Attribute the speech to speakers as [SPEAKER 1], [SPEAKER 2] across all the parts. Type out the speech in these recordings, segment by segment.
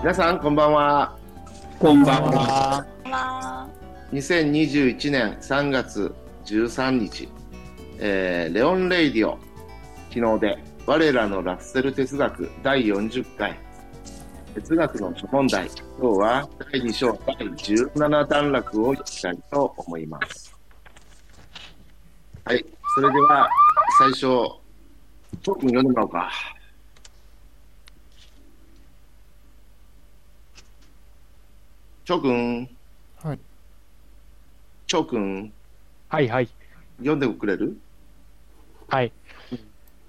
[SPEAKER 1] 皆さんこんばんは
[SPEAKER 2] こんばんは。
[SPEAKER 3] ま
[SPEAKER 1] 2021年3月13日、えーレオンレイディオ昨日で我らのラッセル哲学第40回哲学の諸問題今日は第2章第17段落をいきたいと思いますはいそれでは最初トークン読んでもらおうか諸君
[SPEAKER 4] はい。
[SPEAKER 1] 翔くん、
[SPEAKER 4] はいはい。
[SPEAKER 1] 読んでくれる
[SPEAKER 4] Hi.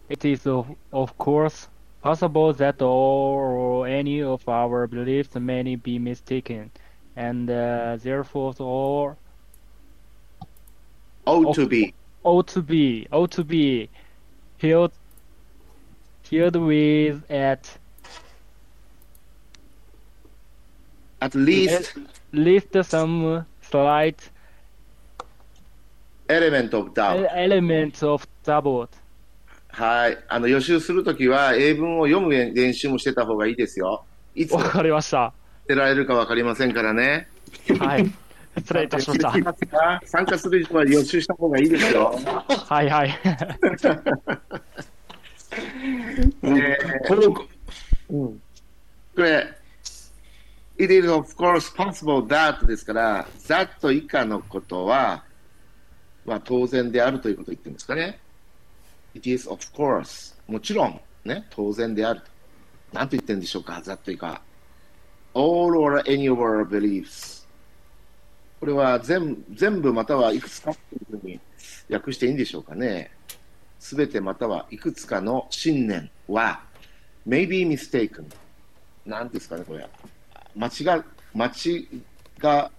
[SPEAKER 4] It is of, of course possible that all or any of our beliefs may be mistaken, and uh, therefore all
[SPEAKER 1] ?O to B。
[SPEAKER 4] ought to be ought to be healed healed with at
[SPEAKER 1] At least
[SPEAKER 4] least some slight
[SPEAKER 1] element of doubt。
[SPEAKER 4] element of doubt.
[SPEAKER 1] はい。あの、予習するときは、英文を読む練習もしてた方がいいですよ。いつ
[SPEAKER 4] わ
[SPEAKER 1] 捨
[SPEAKER 4] かりました。
[SPEAKER 1] てられるかわかりませんからね。
[SPEAKER 4] はい。失礼いたしました。
[SPEAKER 1] ますか参加する人は予習した方がいいですよ。
[SPEAKER 4] はいはい。
[SPEAKER 1] え
[SPEAKER 2] この
[SPEAKER 1] これ、It is of course possible that ですから、that と以下のことは、まあ当然であるということを言ってるんですかね。It is of course もちろん、ね、当然であると。なんと言ってるんでしょうか、that 以下。All or any of our beliefs。これは全全部またはいくつかというふうに訳していいんでしょうかね。すべてまたはいくつかの信念は、maybe mistaken。なんですかね、これ。間違う、間違う、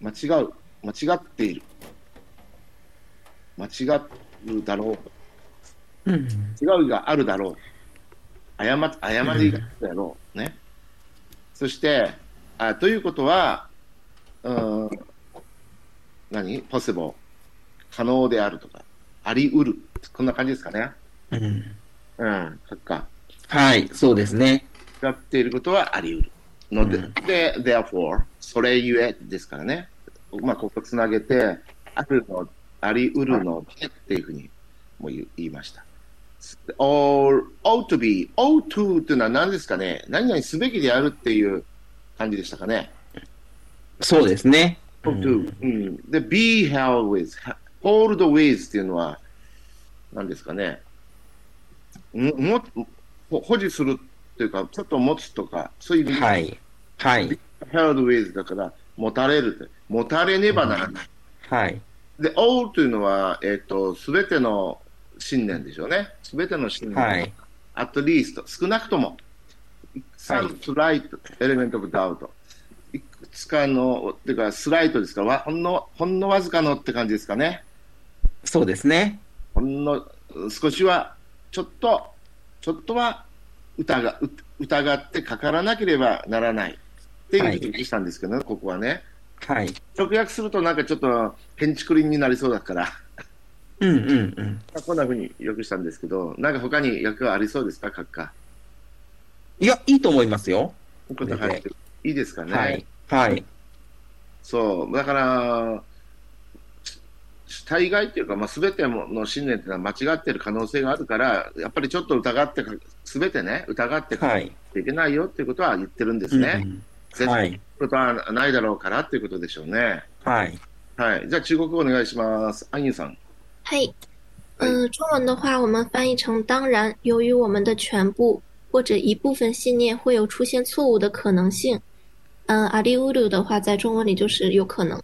[SPEAKER 1] 間違う、間違っている。間違うだろう。違うがあるだろう。誤っ誤りがあるだろう。ね。そして、あということは、うーん、何 ?possible。可能であるとか、あり得る。こんな感じですかね。
[SPEAKER 2] うん
[SPEAKER 1] うん、そっか。
[SPEAKER 2] はい、そうですね。
[SPEAKER 1] やっていることはあり得るので、
[SPEAKER 2] うん
[SPEAKER 1] で、therefore、それゆえですからね、まあ、ここつなげて、あるの、あり得るのでっていうふうにも言う言いました。or, ought to be, ought to っていうのは何ですかね何々すべきであるっていう感じでしたかね、
[SPEAKER 2] そうですね。
[SPEAKER 1] ought to、うん。で、be held with, hold with っていうのは何ですかねんもほ保持するっていうか、ちょっと持つとか、そういう意味
[SPEAKER 2] はい。はい。
[SPEAKER 1] held with だから、持たれるって、持たれねばならない。
[SPEAKER 2] はい。
[SPEAKER 1] で、all というのは、えっ、と、すべての信念でしょうね。すべての信念。
[SPEAKER 2] はい。
[SPEAKER 1] at least、少なくとも、いくつかのスライト、エレメント・オブ・ダウト。いくつかの、っていうか、スライトですから、わほんの、ほんのわずかのって感じですかね。
[SPEAKER 2] そうですね。
[SPEAKER 1] ほんの少しは、ちょっと、ちょっとは疑う疑ってかからなければならないっていうことにしたんですけどね、ここはね。
[SPEAKER 2] はい。
[SPEAKER 1] 直訳するとなんかちょっとヘンチクリンになりそうだから
[SPEAKER 2] うんうんうん。
[SPEAKER 1] こんなふうに訳したんですけどなんか他に訳はありそうですか閣下
[SPEAKER 2] いや、いいと思いますよ。
[SPEAKER 1] こんな感じでいいですかね、
[SPEAKER 2] はい。はい。
[SPEAKER 1] そうだからし大概っていうか、まあ、全ての信念っていうのは間違ってる可能性があるからやっぱりちょっと疑ってか全てね疑ってか
[SPEAKER 2] はい。
[SPEAKER 1] いけないよっていうことは言ってるんですね、
[SPEAKER 2] うん
[SPEAKER 1] 絶
[SPEAKER 2] は
[SPEAKER 1] 対
[SPEAKER 2] い。
[SPEAKER 1] ことはないだろうからっていうことでしょうね
[SPEAKER 2] はい。
[SPEAKER 1] はいじゃあ中国語お願いしますアンユンさん
[SPEAKER 3] 嘿，嗯，中文的话，我们翻译成“当然”。由于我们的全部或者一部分信念会有出现错误的可能性，嗯，阿里乌鲁的话，在中文里就是有可能。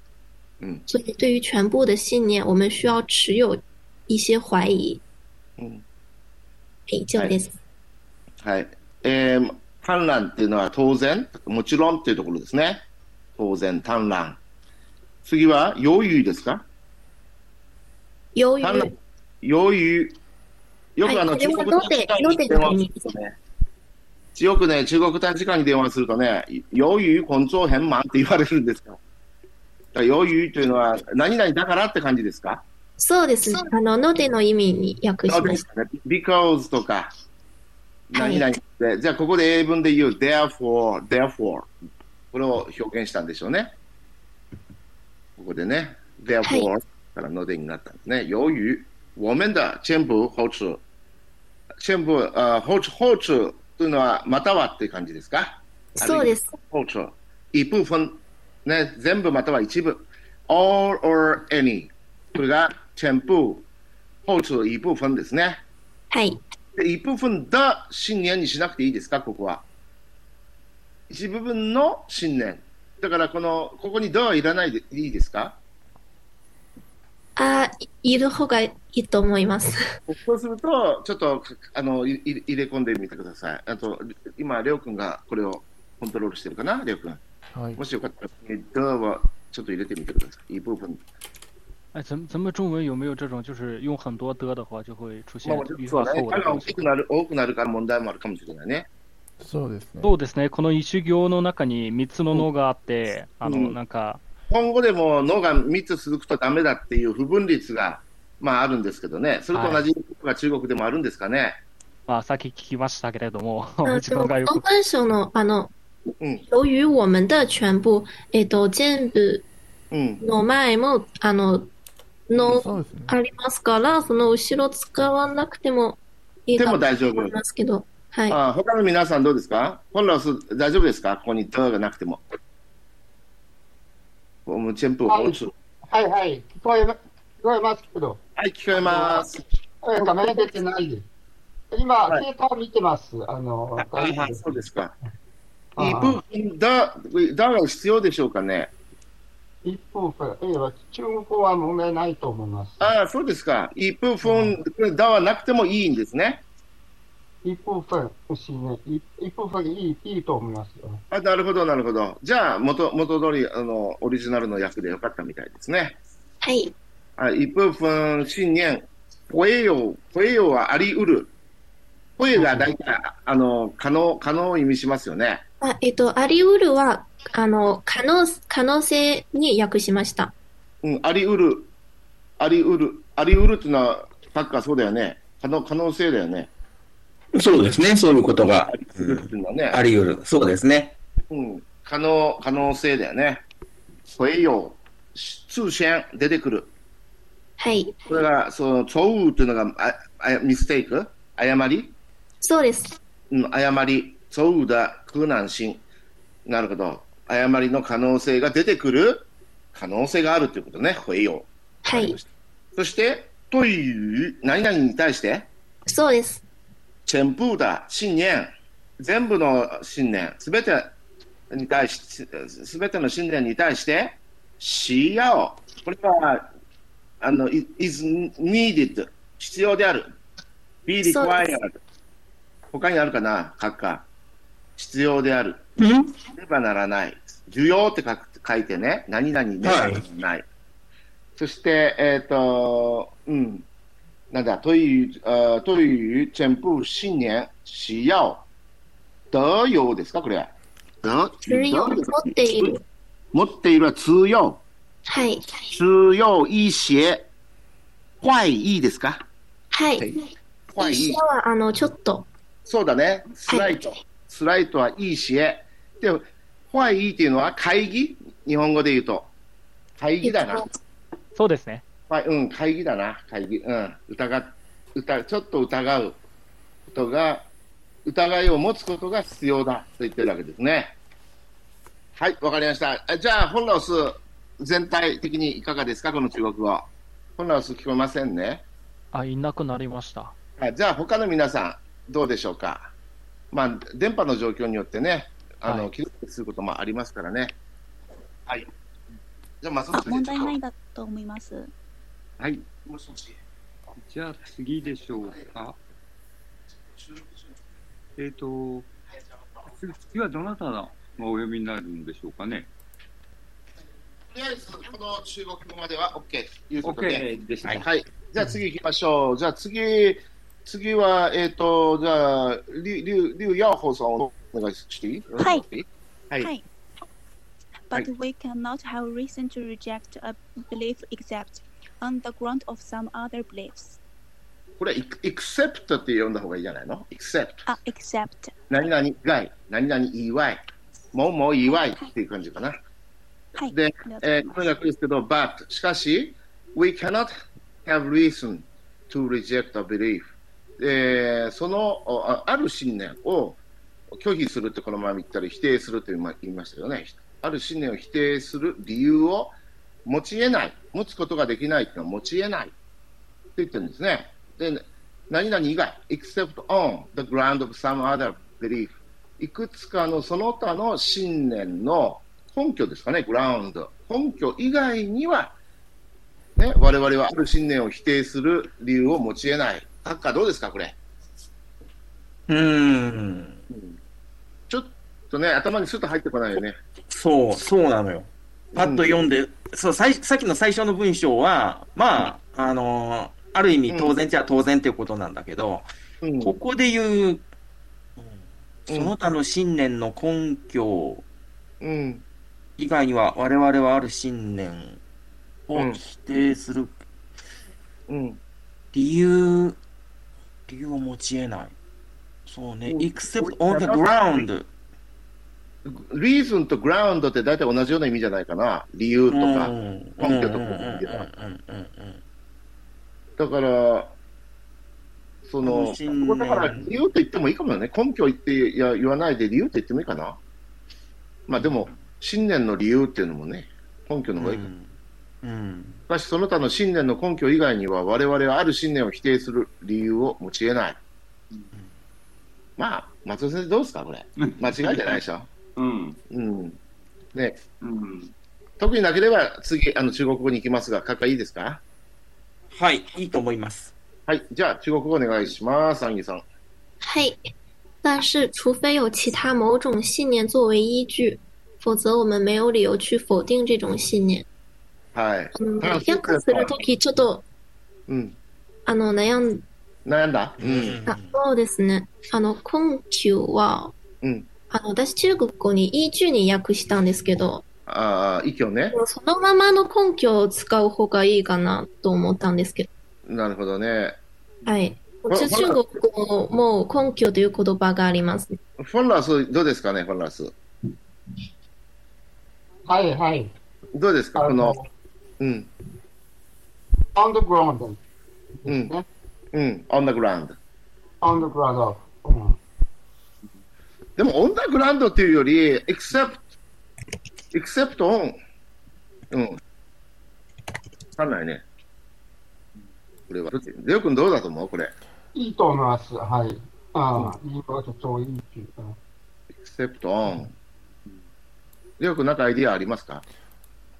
[SPEAKER 1] 嗯，
[SPEAKER 3] 所以对于全部的信念，我们需要持有一些怀疑。
[SPEAKER 1] 嗯，
[SPEAKER 3] 哎，就
[SPEAKER 1] はい
[SPEAKER 3] です。
[SPEAKER 1] はい。えー、単乱っていうのは当然、もちろんっていうところですね。当然、単乱。次は、余裕ですか
[SPEAKER 3] 由于
[SPEAKER 1] 単乱。余裕。よくあの、
[SPEAKER 3] はいこれは
[SPEAKER 1] 中国大使館に電話するとね。よくね、中国大使館に電話するとね、余裕、混沌変満って言われるんですよ。だから余裕というのは、何々だからって感じですか
[SPEAKER 3] そうですね。あの、のでの意味に訳し
[SPEAKER 1] そう
[SPEAKER 3] ま
[SPEAKER 1] で
[SPEAKER 3] し
[SPEAKER 1] すね。because とか、何々って、じゃあここで英文で言う therefore, therefore これを表現したんでしょうね。ここでね、
[SPEAKER 3] は
[SPEAKER 1] therefore からのでになったんですね。由于我们的全部好处、全部あ好处好处というのはまたはっていう感じですか？
[SPEAKER 3] そうです。
[SPEAKER 1] 好处一部分ね全部または一部 all or any これが全部好处一部分ですね。
[SPEAKER 3] はい。
[SPEAKER 1] で一部分だ信念にしなくていいですか、ここは。一部分の信念。だからこの、ここにだはいらないでいいですか
[SPEAKER 3] あー、いいる方がいいと思います。
[SPEAKER 1] そうすると、ちょっとかあのいい入れ込んでみてください。あと、今、レオ君がこれをコントロールしてるかな、レオ君。
[SPEAKER 4] はい
[SPEAKER 1] も。しよかったら、だはちょっと入れてみてください。一部分。
[SPEAKER 4] 哎，咱们咱们中文有没有这种，就是用很多的的话，就会出
[SPEAKER 1] ま
[SPEAKER 4] 现
[SPEAKER 1] あ、
[SPEAKER 4] 语
[SPEAKER 1] そう
[SPEAKER 4] 法
[SPEAKER 1] だ
[SPEAKER 4] 错
[SPEAKER 1] ね。
[SPEAKER 4] 误
[SPEAKER 1] あの大
[SPEAKER 4] 的东
[SPEAKER 1] き
[SPEAKER 4] 西
[SPEAKER 1] く。なる、多くなるから問題もあるかもしれないね。
[SPEAKER 5] そうですね。
[SPEAKER 4] そうですね。この一行の中に三つののがあって、あ
[SPEAKER 1] う
[SPEAKER 4] の
[SPEAKER 1] ん
[SPEAKER 4] なんか
[SPEAKER 1] 今後でも脳が3つ続くとダメだっていう不分率が、まあ、あるんですけどね、それと同じことが中国でもあるんですかね。
[SPEAKER 4] まあさっき聞きましたけれども、
[SPEAKER 3] あ
[SPEAKER 4] 一
[SPEAKER 3] でも
[SPEAKER 4] 番がよ
[SPEAKER 3] この
[SPEAKER 4] く
[SPEAKER 3] 文章の、あの、
[SPEAKER 1] うん
[SPEAKER 3] 由于我们的全部、えっと、全部
[SPEAKER 1] うん、
[SPEAKER 3] の前も、あの、の、
[SPEAKER 5] そうですね。
[SPEAKER 3] ありますから、その後ろ使わなくてもいい
[SPEAKER 1] で
[SPEAKER 3] か
[SPEAKER 1] も
[SPEAKER 3] と
[SPEAKER 1] 大丈夫
[SPEAKER 3] 思い。ますけど、はい。
[SPEAKER 1] あ他の皆さんどうですか本ロス大丈夫ですかここに「と」がなくても。もう全部
[SPEAKER 6] はい
[SPEAKER 1] 放置
[SPEAKER 6] はいはい、聞こえま聞こえますけど、
[SPEAKER 1] はい、聞こえます。
[SPEAKER 6] えー画面出てないです。今、
[SPEAKER 1] はい
[SPEAKER 6] 携帯見てます。あの、
[SPEAKER 1] あ
[SPEAKER 6] 大丈夫
[SPEAKER 1] あそうですか。
[SPEAKER 6] あー
[SPEAKER 1] 一部分だ、だが必要でしょうかね。
[SPEAKER 6] 一方から、えー中国語は問題ないと思います。
[SPEAKER 1] ああ、そうですか。一部分だはなくてもいいんですね。
[SPEAKER 6] 一方から、欲しいね。一一方からいい、いいと思いますよ。
[SPEAKER 1] あなるほど、なるほど。じゃあ、元、元通り、あの、オリジナルの役でよかったみたいですね。
[SPEAKER 3] はい。
[SPEAKER 1] あ一部分、信念、声を、声をはあり得る。声が大体、あの、可能、可能を意味しますよね。
[SPEAKER 3] あえっと、あり得るは、あの、可能、可能性に訳しました。
[SPEAKER 1] うん、あり得る。あり得る。あり得るっていうのは、サッカーそうだよね。可能、可能性だよね。
[SPEAKER 2] そうですね。そういうことが
[SPEAKER 1] あり、
[SPEAKER 2] う
[SPEAKER 1] 得るっ
[SPEAKER 2] ん
[SPEAKER 1] ていうのはね。
[SPEAKER 2] あり得る。そうですね。
[SPEAKER 1] うん、可能、可能性だよね。声を、通信、出てくる。
[SPEAKER 3] はい。
[SPEAKER 1] これが、その、錯誤というのが、あ、あミステイク誤り
[SPEAKER 3] そうです。
[SPEAKER 1] うん、誤り、そうだ、空難心。なるほど。誤りの可能性が出てくる可能性があるということね、ほえよ。
[SPEAKER 3] は
[SPEAKER 1] わかり
[SPEAKER 3] い
[SPEAKER 1] ま。したそして、という、何々に対して、
[SPEAKER 3] そうです。
[SPEAKER 1] 全部だ、信念、全部の信念、すべてに対し、すべての信念に対して、しやを、これは、あの、い is needed、必要である。be
[SPEAKER 3] そうで
[SPEAKER 1] required。他にあるかな、書くか。必要である。
[SPEAKER 2] うん
[SPEAKER 1] しねばならない。需要って書く書いてね、何々ねばならない。そして、えっ、と、うん、なんだ、对于呃对于全部信念需要得有ですかこれ。得
[SPEAKER 3] 通用持っている。
[SPEAKER 1] 持っているは通用。
[SPEAKER 3] はい。
[SPEAKER 1] 通用一些。快意ですか
[SPEAKER 3] は
[SPEAKER 1] はい
[SPEAKER 3] い。
[SPEAKER 1] 快意
[SPEAKER 3] 下。は、あの、ちょっと。
[SPEAKER 1] そうだね。スライト。スライトはいいしえ。でも、会議っていうのは会議日本語で言うと。会議だな。
[SPEAKER 4] そうですね。
[SPEAKER 1] はい、うん、会議だな。会議。うん。疑っ、疑、ちょっと疑うことが、疑いを持つことが必要だと言ってるわけですね。はい、わかりました。あじゃあ、本ロス、全体的にいかがですかこの中国語。本ロス聞こえませんね。
[SPEAKER 4] あ、いなくなりました。
[SPEAKER 1] はい、じゃあ、他の皆さん、どうでしょうか、まあ、電波の状況によってね、あ
[SPEAKER 4] は
[SPEAKER 1] の
[SPEAKER 4] い
[SPEAKER 1] 切り替えすることもありますからね。はい、じゃあ、松
[SPEAKER 7] あ
[SPEAKER 1] 本
[SPEAKER 7] 問
[SPEAKER 1] 先生
[SPEAKER 7] 題ないだと思います。
[SPEAKER 1] はい、もしもし
[SPEAKER 8] じゃあ次でしょうか。えっ、と、つ次はどなたがお呼びになるんでしょうかね。
[SPEAKER 1] とりあえず、この中国語までは OK ということで、
[SPEAKER 8] OK でした。
[SPEAKER 1] はい、じゃあ次行きましょう。じゃあ次、次は、えっ、と、じゃあ、りりゅうりゅうやほうさんをお願いしていい
[SPEAKER 7] はい。
[SPEAKER 1] はい。
[SPEAKER 7] はい But we cannot have reason to reject a belief except on the ground of some other beliefs.
[SPEAKER 1] これ、except って呼んだ方がいいじゃないの ?except。
[SPEAKER 7] あ、except。
[SPEAKER 1] 何々以外、何々以外、もうもう以外っていう感じかな。
[SPEAKER 7] はい。
[SPEAKER 1] で
[SPEAKER 7] ありがとうござ
[SPEAKER 1] え
[SPEAKER 7] い
[SPEAKER 1] ー、
[SPEAKER 7] ます
[SPEAKER 1] これが来るんですけど、but、しかし、we cannot have reason to reject a belief。えー、そのあある信念を拒否するってこの前も言ったり、否定すると言いましたよね。ある信念を否定する理由を持ち得ない、持つことができないっていうのは持ち得ないって言ってるんですね。で、何々以外、except on the ground of some other belief。いくつかのその他の信念の根拠ですかね、グラウンド。根拠以外には、ね、我々はある信念を否定する理由を持ち得ない。カッカーどうですか、これ。
[SPEAKER 2] うーん。
[SPEAKER 1] ちょっとね、頭にスッと入ってこないよね。
[SPEAKER 2] そう、そうなのよ。パッと読んで、そうさいさっきの最初の文章は、まあ、あのーある意味当然じゃ当然っていうことなんだけど、
[SPEAKER 1] うん、
[SPEAKER 2] ここで言う、その他の信念の根拠
[SPEAKER 1] うん、
[SPEAKER 2] 以外には、我々はある信念
[SPEAKER 1] う
[SPEAKER 2] を
[SPEAKER 1] ん
[SPEAKER 2] 否定する
[SPEAKER 1] うん、
[SPEAKER 2] 理由、理由を持ち得ない。そうね、
[SPEAKER 1] うん
[SPEAKER 2] except on the ground。
[SPEAKER 1] リーズンとグラウンドって大体同じような意味じゃないかな、理由とか。
[SPEAKER 2] うん
[SPEAKER 1] 根拠とか
[SPEAKER 2] うんうんうんうん
[SPEAKER 1] だから、そ
[SPEAKER 2] あ
[SPEAKER 1] の
[SPEAKER 2] の、信念
[SPEAKER 1] ここだから理由と言ってもいいかもね、根拠言っていや言わないで理由と言ってもいいかな。まあでも、信念の理由っていうのもね、根拠の方がいいかも
[SPEAKER 2] うんうん
[SPEAKER 1] しかしその他の信念の根拠以外には我々はある信念を否定する理由を持ち得ない、まあ松尾先生どうですかこれ間違いじゃないでしょ、
[SPEAKER 8] うん。
[SPEAKER 1] うんね、
[SPEAKER 8] うん。
[SPEAKER 1] 特になければ次あの中国語に行きますが閣下いいですか
[SPEAKER 2] はい、いいと思います。
[SPEAKER 1] はいじゃあ中国語お願いします安木さん
[SPEAKER 3] 嘿，但是除非有其他某种信念作为依据，否则我们没有理由去否定这种信念。
[SPEAKER 1] はい、
[SPEAKER 3] うん、
[SPEAKER 1] あそうか
[SPEAKER 3] 訳するとき、ちょっと、
[SPEAKER 1] うん、
[SPEAKER 3] あの、悩ん
[SPEAKER 1] 悩んだうん
[SPEAKER 3] だ。そうですね。あの、根拠は、
[SPEAKER 1] うん
[SPEAKER 3] あの、私、中国語に依据に訳したんですけど、
[SPEAKER 1] ああ意見ね
[SPEAKER 3] そのままの根拠を使う方がいいかなと思ったんですけ
[SPEAKER 1] なるほどね
[SPEAKER 3] ど、はい。
[SPEAKER 1] ほら
[SPEAKER 3] 中中国語も根拠という言葉がありますね。
[SPEAKER 1] フォンラースどうですかねフォンラース
[SPEAKER 6] はいはい。
[SPEAKER 1] どうですかこのうん
[SPEAKER 6] あの、on the ground
[SPEAKER 1] う
[SPEAKER 6] です
[SPEAKER 1] ん
[SPEAKER 6] ね。
[SPEAKER 1] うんオンダグラウンド
[SPEAKER 6] on the ground of うん。
[SPEAKER 1] でも、オンダグラウンドっていうより、except, except on. うん。わかんないね。これは。レオ君どうだと思うこれ。
[SPEAKER 6] いいと思います。はい。ああ、いいこと、そういいっていうか。
[SPEAKER 1] except on. レオ君なんかアイディアありますか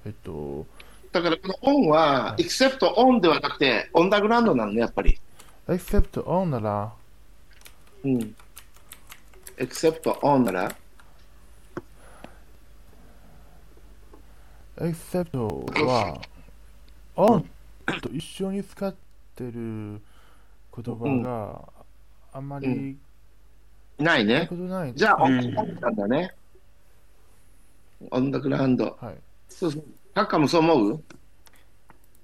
[SPEAKER 5] えっと、
[SPEAKER 1] だからこの on は、except on ではなくて、オンダグラウンドなのね、やっぱり。
[SPEAKER 5] except on なら、
[SPEAKER 1] うん。except on なら、
[SPEAKER 5] except は、on と一緒に使ってる言葉があんま
[SPEAKER 1] う
[SPEAKER 5] り
[SPEAKER 1] ない
[SPEAKER 5] 聞いた
[SPEAKER 1] ね
[SPEAKER 5] こ。とない。
[SPEAKER 1] じゃあ、
[SPEAKER 2] う
[SPEAKER 1] on
[SPEAKER 2] ん
[SPEAKER 1] なんだね。オンダグラウンド。
[SPEAKER 5] はい。
[SPEAKER 1] そうそう。カッカもそう思う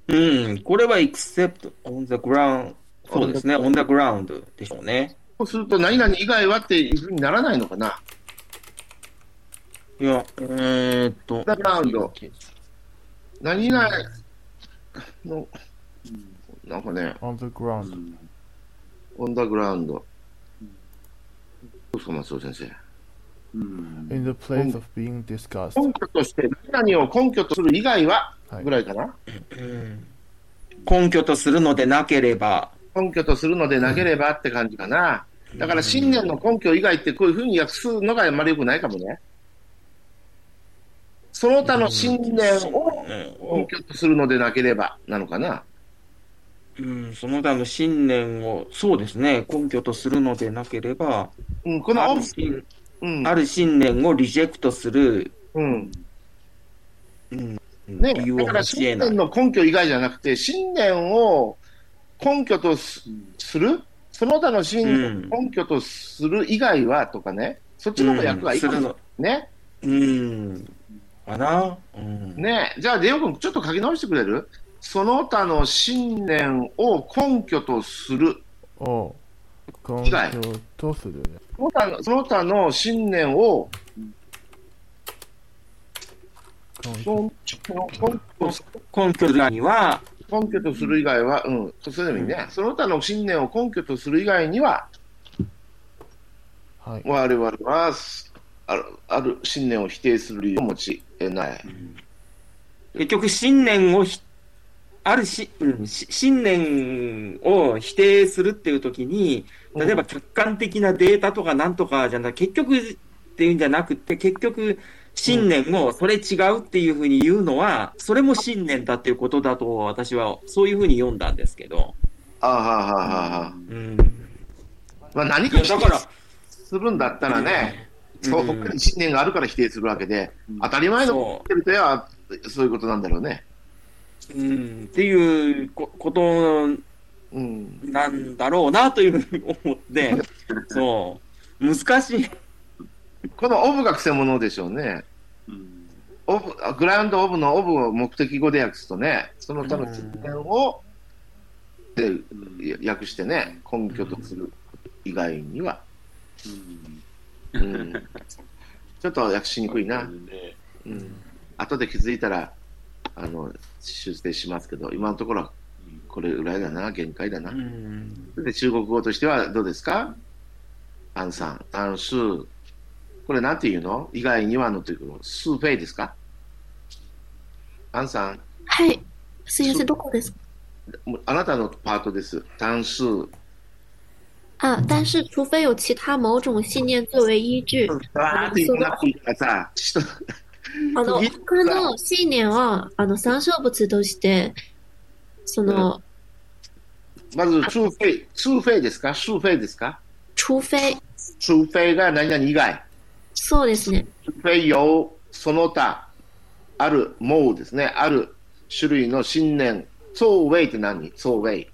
[SPEAKER 2] うん、これは except on the ground。そうですね、on the ground でしょうね。
[SPEAKER 1] そうすると、何々以外はっていうふうにならないのかな。
[SPEAKER 2] いや、えー、っと。
[SPEAKER 1] the ground 何々の、なんかね、
[SPEAKER 5] on the
[SPEAKER 8] う
[SPEAKER 5] ground。
[SPEAKER 8] ん。
[SPEAKER 1] オンダーグラウンド。どうですか、松尾先生。
[SPEAKER 8] うん。
[SPEAKER 5] in the place of being discussed。
[SPEAKER 1] 根拠として、何々を根拠とする以外は
[SPEAKER 5] はい
[SPEAKER 1] ぐらいかな。
[SPEAKER 2] うん根拠とするのでなければ。
[SPEAKER 1] 根拠とするのでなければって感じかな。だから、信念の根拠以外って、こういうふうに訳すのがあんまり良くないかもね。その他の信念を
[SPEAKER 2] う
[SPEAKER 1] 根拠とするのでなければなのかな。
[SPEAKER 2] ん、うん、その他の信念を、そうですね、根拠とするのでなければ、
[SPEAKER 1] うん、この
[SPEAKER 2] あ
[SPEAKER 1] オ
[SPEAKER 2] る
[SPEAKER 1] ン、
[SPEAKER 2] 信
[SPEAKER 1] うん、
[SPEAKER 2] ある信念をリジェクトする
[SPEAKER 1] うん。
[SPEAKER 2] うん
[SPEAKER 1] ね、
[SPEAKER 2] 理由
[SPEAKER 1] だ
[SPEAKER 2] を
[SPEAKER 1] から
[SPEAKER 2] 持ち
[SPEAKER 1] 信
[SPEAKER 2] 得な
[SPEAKER 1] 念
[SPEAKER 2] い。
[SPEAKER 1] の根拠以外じゃなくて、信念を根拠とすする、その他の信念を根拠とする以外はとかね、そっちの方が役はいい
[SPEAKER 2] す
[SPEAKER 1] か
[SPEAKER 2] る
[SPEAKER 1] も
[SPEAKER 2] の。
[SPEAKER 1] ね。
[SPEAKER 2] うん。かな。うん。
[SPEAKER 1] ねじゃあ、デオ君、ちょっと書き直してくれるその他の信念を根拠とする
[SPEAKER 5] を根
[SPEAKER 1] 違い
[SPEAKER 5] 拠とする。
[SPEAKER 1] その他のその他の信念を
[SPEAKER 5] 根拠
[SPEAKER 1] 根拠の根拠
[SPEAKER 2] 根拠裏には、
[SPEAKER 1] 根拠とする以外は、うん、それでもいいね、その他の信念を根拠とする以外には、
[SPEAKER 5] はい。
[SPEAKER 1] 我々はあるある信念を否定する理由を持ち得ない。
[SPEAKER 2] 結局信念をひ、あるし、うん、し信念を否定するっていう時に、例えば客観的なデータとかなんとかじゃなく結局っていうんじゃなくて、結局信念をそれ違うっていうふうに言うのは、それも信念だっていうことだと私はそういうふうに読んだんですけど。
[SPEAKER 1] あーはーはーはーは
[SPEAKER 2] うん。
[SPEAKER 1] ーまあ、何
[SPEAKER 2] い
[SPEAKER 1] か
[SPEAKER 2] や、
[SPEAKER 1] 否
[SPEAKER 2] だから
[SPEAKER 1] 定、するんだったらね、
[SPEAKER 2] うん
[SPEAKER 1] そう
[SPEAKER 2] うん
[SPEAKER 1] 他に信念があるから否定するわけで、
[SPEAKER 8] うん
[SPEAKER 1] 当たり前のこと
[SPEAKER 2] そ
[SPEAKER 1] 言ってるとはそういうことなんだろうね。
[SPEAKER 2] う、うん、っていうここと
[SPEAKER 1] うん、
[SPEAKER 2] なんだろうなというふうに思って、 そう、難しい。
[SPEAKER 1] このオブがくせ者でしょうね。
[SPEAKER 8] うん
[SPEAKER 1] オブあグラウンドオブのオブを目的語で訳すとね、その他の信念を、で訳してね、根拠とする以外には、
[SPEAKER 8] うん
[SPEAKER 1] うん、ちょっと訳しにくいな、うん、後で気づいたらあの修正しますけど、今のところはこれぐらいだな、限界だな。
[SPEAKER 2] うん
[SPEAKER 1] で中国語としてはどうですかアンさん、アンスー、これなんて言うの以外にはのということ、スーフェイですかアンさん、
[SPEAKER 3] はい。すいません、どこですか
[SPEAKER 1] もうあなたのパートです。単数。
[SPEAKER 3] 啊，但是除非有其他某种信念作为依据，
[SPEAKER 1] わーって言わなくていいからさ、ちょっと
[SPEAKER 3] あの
[SPEAKER 1] 次
[SPEAKER 3] 他の信念はあの参照物として、その
[SPEAKER 1] まず、ツーフェイ、ツーフェイですかツーフェイですか
[SPEAKER 3] 除非
[SPEAKER 1] ツーフェイが何々以外。
[SPEAKER 3] そうですね。
[SPEAKER 1] ツーフェイよ、その他、ある、もうですね、ある種類の信念。そうウェイって何そうウェイ。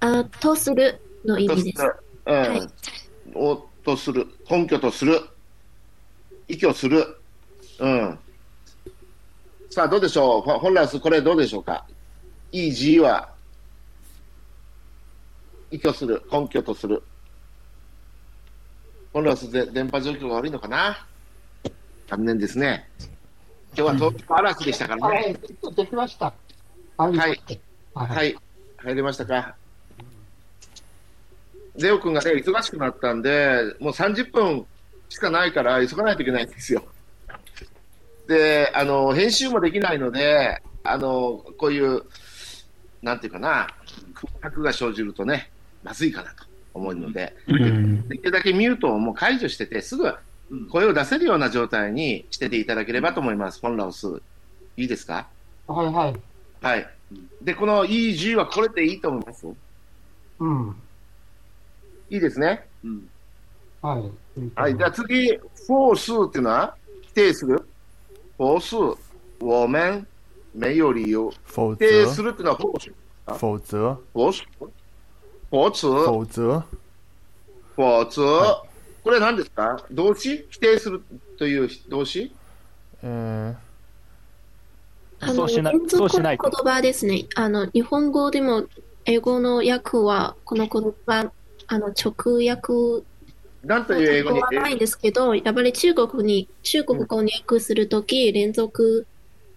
[SPEAKER 3] あとするの意
[SPEAKER 1] と
[SPEAKER 3] 味
[SPEAKER 1] す
[SPEAKER 3] です。
[SPEAKER 1] る。うん。
[SPEAKER 3] はい
[SPEAKER 1] をとする。根拠とする。依拠する。うん。さあ、どうでしょうほ本来、これどうでしょうかいい字は、依拠する。根拠とする。本来、で電波状況が悪いのかな残念ですね。今日は東京嵐でしたからね。
[SPEAKER 6] はい、できました。はい
[SPEAKER 1] はい。
[SPEAKER 6] は。
[SPEAKER 1] はいい、入れましたか。レオ君がね、忙しくなったんで、もう30分しかないから、急がないといけないんですよ。で、あの、編集もできないので、あの、こういう、なんていうかな、空白が生じるとね、まずいかなと思うので、できるだけミュートをもう解除してて、すぐ
[SPEAKER 8] うん
[SPEAKER 1] 声を出せるような状態にしてていただければと思います。本ラオス、いいですか
[SPEAKER 6] はいはい。
[SPEAKER 1] はい。で、この EG はこれでいいと思います。い
[SPEAKER 6] うん。
[SPEAKER 1] いですね。
[SPEAKER 8] うん
[SPEAKER 6] はい。
[SPEAKER 1] はい。じゃあ次、フォースっていうのは否定する。フォース、我们、没有理由。
[SPEAKER 5] 否
[SPEAKER 1] 否定す
[SPEAKER 5] 则、
[SPEAKER 1] るっていうのはフォース。
[SPEAKER 5] 否则、
[SPEAKER 1] フォース。フォース、
[SPEAKER 5] 否则、
[SPEAKER 1] フォース。これ何ですか動詞否定するという動詞
[SPEAKER 5] えー、
[SPEAKER 3] あ
[SPEAKER 4] そ
[SPEAKER 3] の
[SPEAKER 4] うしない
[SPEAKER 3] 連
[SPEAKER 4] そう
[SPEAKER 3] 続
[SPEAKER 4] し
[SPEAKER 3] の
[SPEAKER 4] ない
[SPEAKER 3] 言
[SPEAKER 4] と
[SPEAKER 3] 葉ですね。あの日本語でも英語の訳はこの言葉あの直訳
[SPEAKER 1] なんという英語に。
[SPEAKER 3] はないんですけど、やっぱり中国に中国語に訳するとき、連続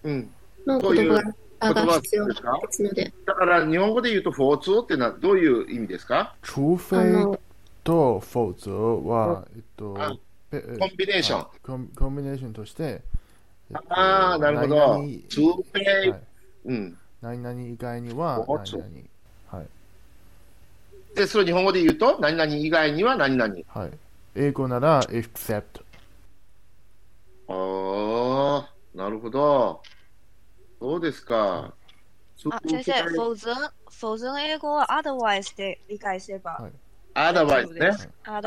[SPEAKER 1] うん。
[SPEAKER 3] の
[SPEAKER 1] そうい
[SPEAKER 3] 言
[SPEAKER 1] う
[SPEAKER 3] 葉
[SPEAKER 1] 言葉
[SPEAKER 3] が
[SPEAKER 1] で
[SPEAKER 3] 必要です
[SPEAKER 1] か
[SPEAKER 3] すので、
[SPEAKER 1] だから日本語で言うとフォースっていうのはどういう意味ですか
[SPEAKER 5] 除非
[SPEAKER 3] あの
[SPEAKER 5] と否則は、えっと
[SPEAKER 1] あ、
[SPEAKER 5] ペえ
[SPEAKER 1] コンビネーション
[SPEAKER 5] はい。コンコンビネーションとして、えっと
[SPEAKER 1] あーなるほど
[SPEAKER 5] 何々
[SPEAKER 1] 除非
[SPEAKER 5] はい
[SPEAKER 1] うん。
[SPEAKER 5] 何々以外には、
[SPEAKER 1] おっ
[SPEAKER 5] 何
[SPEAKER 1] と
[SPEAKER 5] 々。はい。
[SPEAKER 1] で、それを日本語で言うと、何々以外には何々。
[SPEAKER 5] はい。英語なら、except。
[SPEAKER 1] ああ、なるほど。そうですか。
[SPEAKER 9] あ先生、否則、否則英語は otherwise で理解すれば。
[SPEAKER 1] アダバイスね。
[SPEAKER 9] otherwise
[SPEAKER 1] あ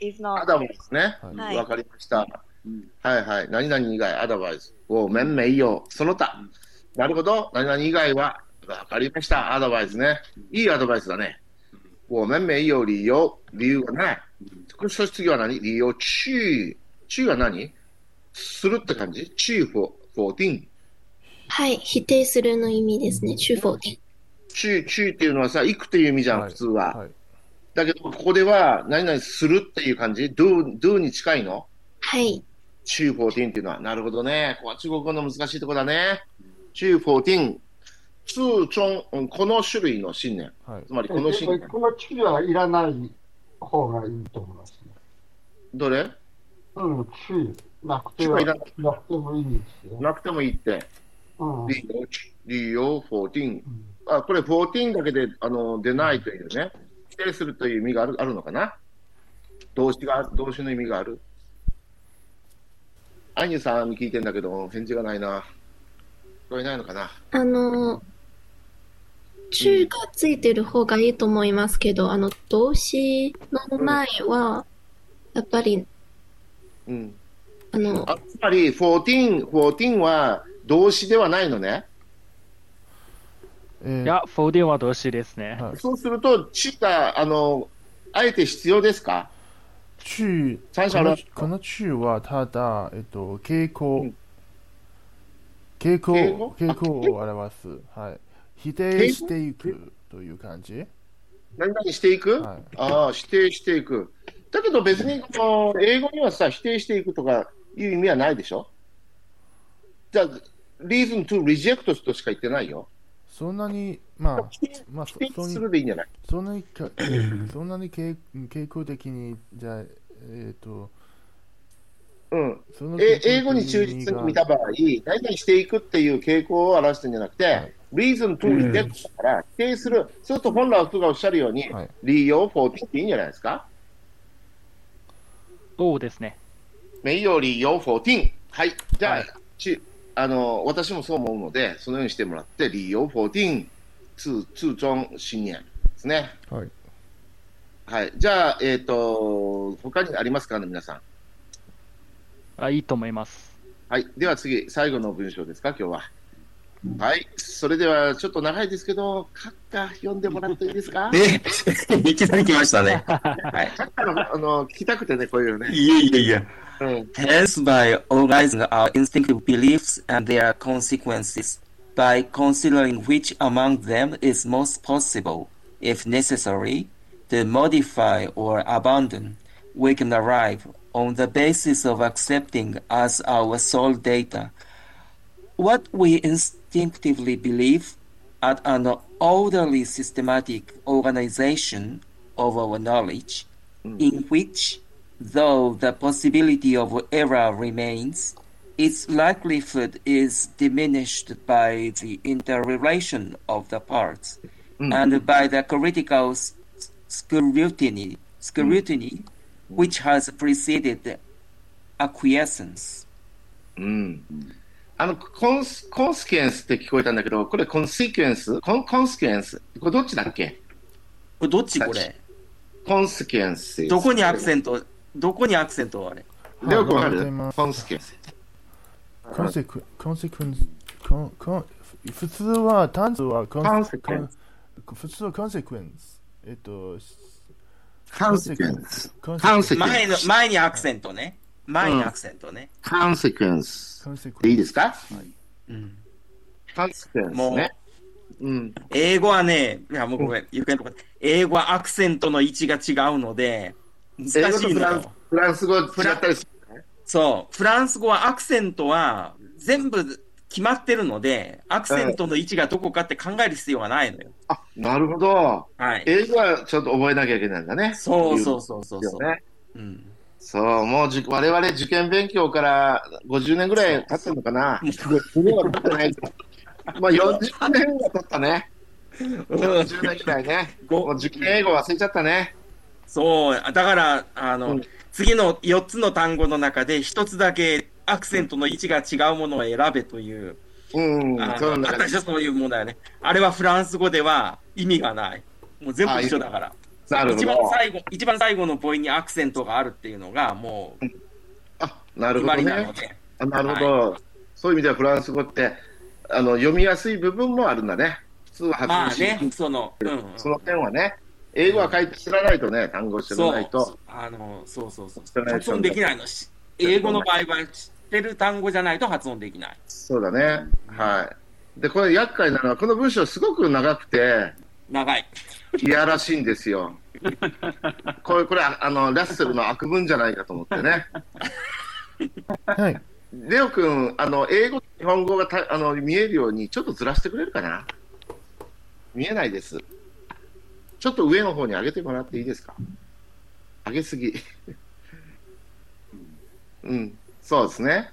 [SPEAKER 9] if
[SPEAKER 1] ア
[SPEAKER 9] not
[SPEAKER 1] ダバイスね。
[SPEAKER 5] はい
[SPEAKER 9] はい
[SPEAKER 1] わかりました。
[SPEAKER 8] うん
[SPEAKER 1] はいはい。何々以外、アダバイス。おめんめいよ。その他
[SPEAKER 8] うん。
[SPEAKER 1] なるほど。何々以外は、わかりました。アドバイスね。いいアドバイスだね。おめんめいよ、理由。理由がない。これ、そして次は何理由、注意。注意は何するって感じ注意、フォ、フォーティン。
[SPEAKER 3] はい、否定するの意味ですね。中否定。
[SPEAKER 1] 注意、注意っていうのはさ、行くっていう意味じゃん、
[SPEAKER 5] はい
[SPEAKER 1] 普通は。
[SPEAKER 5] はい。
[SPEAKER 1] だけど、ここでは、何々するっていう感じ ?do, do に近いの
[SPEAKER 3] はい。
[SPEAKER 1] 中14っていうのは。なるほどね。ここは中国語の難しいところだね。中14、通中、うんこの種類の信念。
[SPEAKER 5] はい
[SPEAKER 1] つまりこの信念。
[SPEAKER 6] この地理はいらない方がいいと思いますね。
[SPEAKER 1] どれ
[SPEAKER 6] うん、地理なくて
[SPEAKER 1] 地
[SPEAKER 6] は
[SPEAKER 1] 理いらな
[SPEAKER 6] なくてもいいですよ。
[SPEAKER 1] なくてもいいって。
[SPEAKER 6] うん、
[SPEAKER 1] 理由、理由14。あ、これ14だけで、あの、出ないというね。否定するという意味がある、あるのかな動詞が、動詞の意味がある。アイニュさんに聞いてんだけど、返事がないな。聞こえないのかな
[SPEAKER 3] あの、中がついてる方がいいと思いますけど、あの、動詞の前は、やっぱり、
[SPEAKER 1] うん。
[SPEAKER 3] あの、
[SPEAKER 1] あつまり、14、14は動詞ではないのね。
[SPEAKER 5] えー
[SPEAKER 4] いや、14は動詞ですね。
[SPEAKER 5] はい
[SPEAKER 1] そうすると、地が、あの、あえて必要ですか
[SPEAKER 5] 中
[SPEAKER 1] 最初
[SPEAKER 5] こ
[SPEAKER 1] は
[SPEAKER 5] のこの中はただ、えっと、傾
[SPEAKER 1] う
[SPEAKER 5] 向
[SPEAKER 1] ん、
[SPEAKER 5] 傾向、
[SPEAKER 1] 敬語
[SPEAKER 5] 傾向を表す。はい。否定していくという感じ。
[SPEAKER 1] 何々していく、
[SPEAKER 5] はい。
[SPEAKER 1] ああ、否定していく。だけど別にこの英語にはさ、否定していくとかいう意味はないでしょじゃあ、reason to reject としか言ってないよ。
[SPEAKER 5] そんなに、まあ、まあ、そ
[SPEAKER 1] 否定
[SPEAKER 5] そん
[SPEAKER 1] するでいいんじゃない
[SPEAKER 5] そんなにか、そんなに傾傾向的に、じゃあえっと、
[SPEAKER 1] うん。
[SPEAKER 5] その
[SPEAKER 1] え英語に忠実
[SPEAKER 5] 傾向
[SPEAKER 1] に見
[SPEAKER 5] 的
[SPEAKER 1] た場合、何々していくっていう傾向を表してるんじゃなくて、reason to reject だから、否定する。そうすると本来がおっしゃるように
[SPEAKER 5] はい、
[SPEAKER 1] 理由 for っていいんじゃないですか
[SPEAKER 4] そうですね。
[SPEAKER 1] メイヨリー用14。はい。じゃあ、
[SPEAKER 4] はい
[SPEAKER 1] ちあの、私もそう思うので、そのようにしてもらって、利用14、通、通中新年ですね。
[SPEAKER 5] はい。
[SPEAKER 1] はい。じゃあ、えっ、と、他にありますかね、皆さん。
[SPEAKER 4] あいいと思います。
[SPEAKER 1] はい。では次、最後の文章ですか、今日は。はい。それでは、ちょっと長いですけど、閣下読んでもらっていいですか
[SPEAKER 2] え、いきなり来ましたね。はい。
[SPEAKER 1] 閣下の、あの、聞きたくてね、こういうのね。
[SPEAKER 2] いやいやいや。
[SPEAKER 1] うん。
[SPEAKER 2] Hence, by organizing our instinctive beliefs and their consequences, by considering which among them is most possible, if necessary, to modify or abandon, we can arrive, on the basis of accepting as our sole data, what we instinctively believe at an orderly systematic organization of our knowledge, in which, though the possibility of error remains, its likelihood is diminished by the interrelation of the parts and by the critical s- scrutiny, scrutiny which has preceded acquiescence.
[SPEAKER 1] うん。あの、コンス、コンスキュエンスって聞こえたんだけど、これコンシキュエンスコン、コンスキュエンスこれどっちだっけ
[SPEAKER 2] これどっちこれ
[SPEAKER 1] コンスキュエンス。
[SPEAKER 2] どこにアクセントどこにアクセントは あれ
[SPEAKER 1] レオ君わか
[SPEAKER 5] はいわ
[SPEAKER 1] る
[SPEAKER 5] かります
[SPEAKER 1] コンスキュエンス。
[SPEAKER 5] コンセク、コンセクンス、コン、コン、普通は単数はコン、
[SPEAKER 1] Consequence
[SPEAKER 5] コン普通はコンセクエンス。えっと、
[SPEAKER 1] コンスキュエンス。
[SPEAKER 5] コンセ
[SPEAKER 1] コンセクエ
[SPEAKER 2] 前
[SPEAKER 1] ン
[SPEAKER 2] の
[SPEAKER 1] ス。
[SPEAKER 2] 前にアクセントね。前にアクセントね。
[SPEAKER 1] コンセクエンス。
[SPEAKER 5] コンセク
[SPEAKER 1] で
[SPEAKER 5] エ
[SPEAKER 1] いい
[SPEAKER 5] ンス。
[SPEAKER 1] ですか
[SPEAKER 2] うん
[SPEAKER 1] コンセクエンス
[SPEAKER 2] もう
[SPEAKER 1] ね。うん。
[SPEAKER 2] 英語はね、いやもうごめん、ゆかりのこと英語はアクセントの位置が違うので、
[SPEAKER 1] 英
[SPEAKER 2] 難
[SPEAKER 1] 語
[SPEAKER 2] し
[SPEAKER 1] と
[SPEAKER 2] い
[SPEAKER 1] フ
[SPEAKER 2] の
[SPEAKER 1] ランス
[SPEAKER 2] よ。、
[SPEAKER 1] フランス語違ったりする。
[SPEAKER 2] そう、フランス語はアクセントは全部決まってるので、アクセントの位置がどこかって考える必要がないのよ。
[SPEAKER 1] あ、なるほど。
[SPEAKER 2] はい。
[SPEAKER 1] 英語はちょっと覚えなきゃいけないんだね。
[SPEAKER 2] そうそうそうそう
[SPEAKER 1] です
[SPEAKER 2] そ
[SPEAKER 1] よ
[SPEAKER 2] う。
[SPEAKER 1] ね。
[SPEAKER 2] うん
[SPEAKER 1] そう、もうじ我々受験勉強から50年ぐらい経ってるのか な。すごい経ってないけどまあ40年が経ったね。40年ぐらいね。
[SPEAKER 2] ご
[SPEAKER 1] もう受験英語忘れちゃったね。
[SPEAKER 2] そう、だから、あの、
[SPEAKER 1] うん
[SPEAKER 2] 次の4つの単語の中で1つだけアクセントの位置が違うものを選べという、
[SPEAKER 1] うん、
[SPEAKER 2] あ
[SPEAKER 1] そうなんだ。
[SPEAKER 2] 私はそういうものだよね。あれはフランス語では意味がない。もう全部一緒だから。
[SPEAKER 1] なるほ
[SPEAKER 2] 一番
[SPEAKER 1] ど。
[SPEAKER 2] 最後、一番最後のポイントにアクセントがあるっていうのが、もう
[SPEAKER 1] あ、なる
[SPEAKER 2] 決
[SPEAKER 1] ほ
[SPEAKER 2] ま
[SPEAKER 1] ど
[SPEAKER 2] りな
[SPEAKER 1] ね。
[SPEAKER 2] ので。
[SPEAKER 1] あなるほど。そういう意味ではフランス語って、あの、読みやすい部分もあるんだね。普通は
[SPEAKER 2] まあ
[SPEAKER 1] 発音し、
[SPEAKER 2] ね、その、うんうん。
[SPEAKER 1] その点はね、英語は書いて知らないとね、単語知らない
[SPEAKER 2] そう
[SPEAKER 1] と。
[SPEAKER 2] あの、そうそうそう
[SPEAKER 1] 知ら。ない
[SPEAKER 2] 発音できないのし、英語の場合は知ってる単語じゃないと発音できない。
[SPEAKER 1] そうだね。はい。で、これ厄介なのは、この文章すごく長くて、
[SPEAKER 2] 長い。
[SPEAKER 1] いやらしいんですよ。これ、これ、ああの、ラッセルの悪文じゃないかと思ってね。
[SPEAKER 5] はい。
[SPEAKER 1] レオ君、あの、英語、日本語がたあの見えるように、ちょっとずらしてくれるかな見えないです。ちょっと上の方に上げてもらっていいですか上げすぎ。うん、そうですね。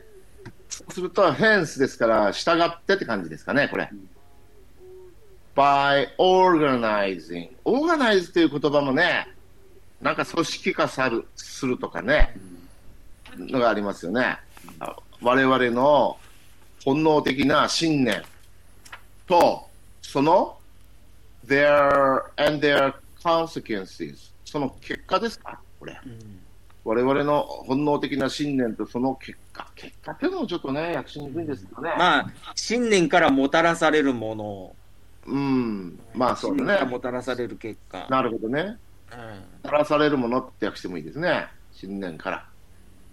[SPEAKER 1] そうすると、フェンスですから、従ってって感じですかね、これ。by organizing。organize という言葉もね、なんか組織化さるするとかね、のがありますよね。あ我々の本能的な信念と、その their and their consequences。その結果ですか、これ。我々の本能的な信念とその結果。結果っていうのもちょっとね、訳しにくいんですけどね。
[SPEAKER 2] まあ、信念からもたらされるもの、
[SPEAKER 1] うん。まあそう
[SPEAKER 2] 信念か
[SPEAKER 1] だ
[SPEAKER 2] ら
[SPEAKER 1] ね。
[SPEAKER 2] もたらされる結果。
[SPEAKER 1] なるほどね。
[SPEAKER 2] うん
[SPEAKER 1] さらされるものって訳してもいいですね、新年から。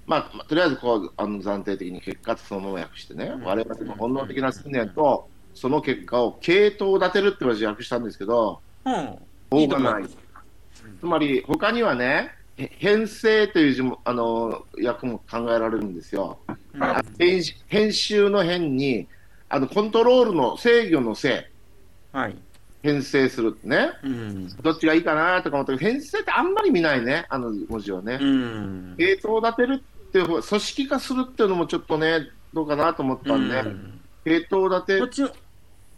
[SPEAKER 1] まあ、まあとりあえずこうあの暫定的に結果とそのまま訳してね、
[SPEAKER 2] ん
[SPEAKER 1] 我々の本能的な信念と、その結果を系統立てるって私、訳したんですけど、
[SPEAKER 2] うん。
[SPEAKER 1] オ
[SPEAKER 2] いい
[SPEAKER 1] ー
[SPEAKER 2] と
[SPEAKER 1] ガナ
[SPEAKER 2] 思いま
[SPEAKER 1] イ
[SPEAKER 2] す
[SPEAKER 1] ズ。つまり、他にはね、へ編成という字もあの訳も考えられるんですよ。あ編集編集の編にあの、コントロールの制御のせ
[SPEAKER 2] はい。
[SPEAKER 1] い、編成するってね。
[SPEAKER 2] うん。
[SPEAKER 1] どっちがいいかなとか思ったけど、編成ってあんまり見ないね、あの文字をね。
[SPEAKER 2] うん。
[SPEAKER 1] 系統を立てるっていう方、組織化するっていうのもちょっとね、どうかなと思ったんで、
[SPEAKER 2] うん
[SPEAKER 1] 系統を
[SPEAKER 2] こっ
[SPEAKER 1] 立
[SPEAKER 2] ちの、
[SPEAKER 1] て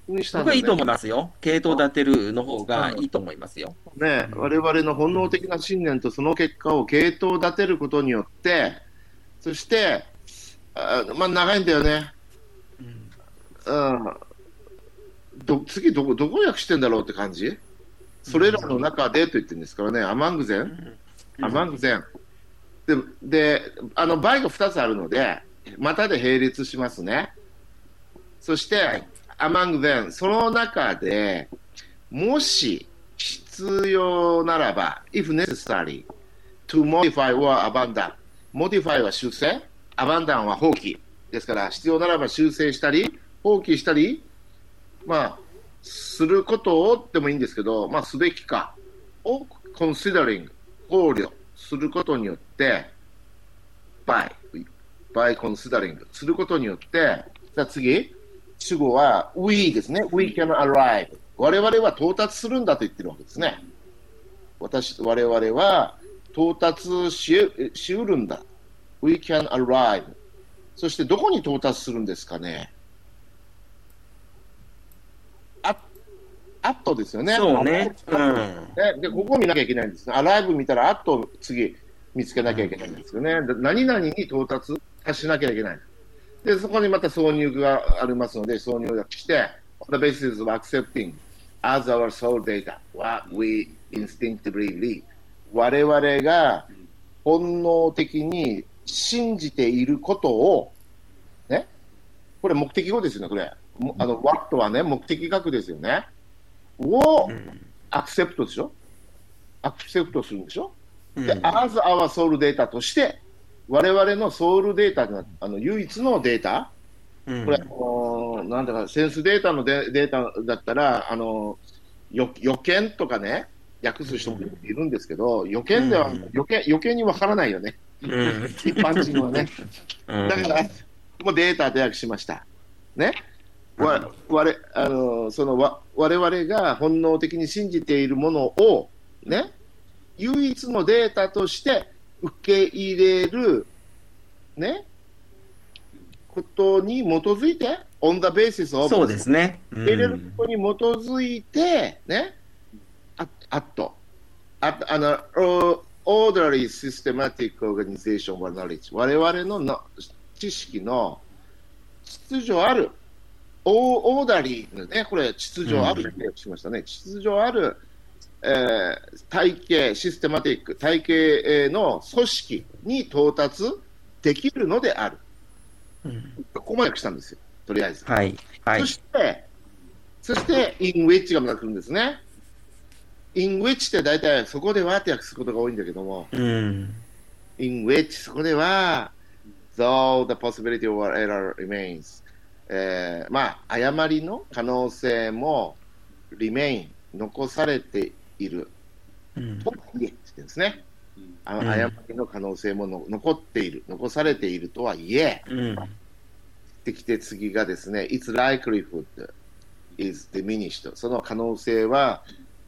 [SPEAKER 1] にしたん
[SPEAKER 2] 僕は
[SPEAKER 1] で、
[SPEAKER 2] い
[SPEAKER 1] ね
[SPEAKER 2] いと思いますよ。系統立てるの方がいいと思いますよ。
[SPEAKER 1] ね、我々の本能的な信念とその結果を系統を立てることによって、そして、あまあ、長いんだよね。
[SPEAKER 2] うん
[SPEAKER 1] うん、ど次どこ、どこを訳してんだろうって感じそれらの中でと言ってるんですからね、アマングゼン、アマングゼン。で、であの、倍が2つあるので、またで並列しますね。そして、アマングゼン、その中で、もし必要ならば、if necessary, to modify or abandon。modify は修正、abandon は放棄。ですから、必要ならば修正したり、放棄したり、まあ、することをでもいいんですけど、まあ、すべきかを considering 考慮することによって、by, by considering することによって、じゃあ次、主語は we ですね。we can arrive。我々は到達するんだと言ってるわけですね。私、我々は到達しえしうるんだ。we can arrive。そしてどこに到達するんですかね。あ、アットですよね。
[SPEAKER 2] そうね。うん。
[SPEAKER 1] ね、でここを見なきゃいけないんですね。アライブ見たら、あっと次見つけなきゃいけないんですよね。で何々に到達、達しなきゃいけない。で、そこにまた挿入がありますので、挿入をして、The basis of accepting as our soul data what we instinctively read. 我々が本能的に信じていることを、ね、これ目的語ですよね、これ。もあの、what はね、目的学ですよね。を、アクセプトでしょアクセプトするんでしょ、
[SPEAKER 2] うん
[SPEAKER 1] で、as our soul data として、我々のソウルデータが、あの、唯一のデータ、
[SPEAKER 2] うん
[SPEAKER 1] これ、あのーなんだか、センスデータのデデータだったら、あのーよ予見とかね、訳す人もいるんですけど、予見では、
[SPEAKER 2] うん
[SPEAKER 1] 予見、予見にわからないよね。
[SPEAKER 2] うん。
[SPEAKER 1] 一般人はね。
[SPEAKER 2] うん
[SPEAKER 1] だから、もうデータで訳しました。ね。わ、われ、あの、その、わ、我々が本能的に信じているものを、ね、唯一のデータとして受け入れる、ね、ことに基づいて、on the basis of
[SPEAKER 2] そうですね。う
[SPEAKER 1] 入れる
[SPEAKER 2] ん
[SPEAKER 1] ことに基づいて、ね、ああと、ああの、お orderly systematic organization or knowledge。我々のの知識の秩序ある、オーダーリーのね、これ秩序あるって訳しましたね。秩序ある、えー体系、システマティック、体系えーの組織に到達できるのである。ここまで訳したんですよ、とりあえず。
[SPEAKER 2] はい。はい
[SPEAKER 1] そ。して、そして、in which がまた来るんですね。in which って大体そこではって訳すことが多いんだけども、
[SPEAKER 2] うん。
[SPEAKER 1] in which そこでは、though the possibility of error remains、えーまあ、誤りの可能性も remain、残されている
[SPEAKER 2] うん
[SPEAKER 1] とはいえですね、あの
[SPEAKER 2] うん
[SPEAKER 1] 誤りの可能性もの残っている、残されているとはいえ、
[SPEAKER 2] うん
[SPEAKER 1] ってきて次がですね、Its likelihood is diminished。その可能性は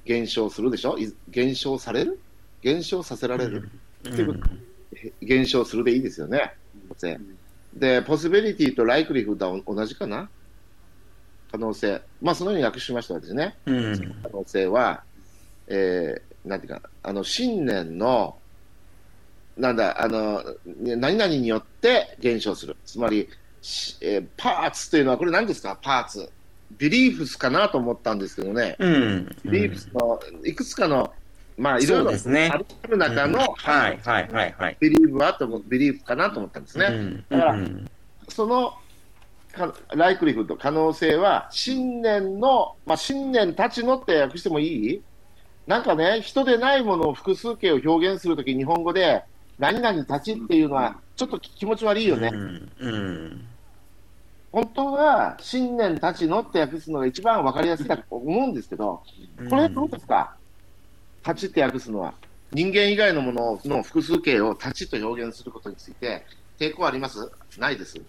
[SPEAKER 1] 減少するでしょ is- 減少される減少させられる、っていうこと減少するでいいですよね。で、possibility と likelihood は同じかな可能性。まあ、そのように訳しましたわけですね。
[SPEAKER 2] うん
[SPEAKER 1] 可能性は、えーなんていうか、あの、信念の、なんだ、あの、ね何々によって減少する。つまり、しえーパーツというのは、これ何ですかパーツ。ビリーフスかなと思ったんですけどね。
[SPEAKER 2] うん
[SPEAKER 1] ビリーフスの、いくつかの、まあ、いろい
[SPEAKER 2] そう
[SPEAKER 1] ろ
[SPEAKER 2] ですね
[SPEAKER 1] ある中の、
[SPEAKER 2] はいはいはいはい
[SPEAKER 1] ビリーフはと思、ビリーフかなと思ったんですね。
[SPEAKER 2] うん
[SPEAKER 1] だから
[SPEAKER 2] うん
[SPEAKER 1] そのかライクリフと可能性は信念の、まあ、信念たちのって訳してもいいなんかね、人でないものを複数形を表現するとき、日本語で何々たちっていうのは、ちょっと気持ち悪いよね。
[SPEAKER 2] うんうん
[SPEAKER 1] 本当は信念たちのって訳すのが一番わかりやすいと思うんですけど、これどうですかたちって訳すのは。人間以外のものの複数形をたちと表現することについて、抵抗ありますないです。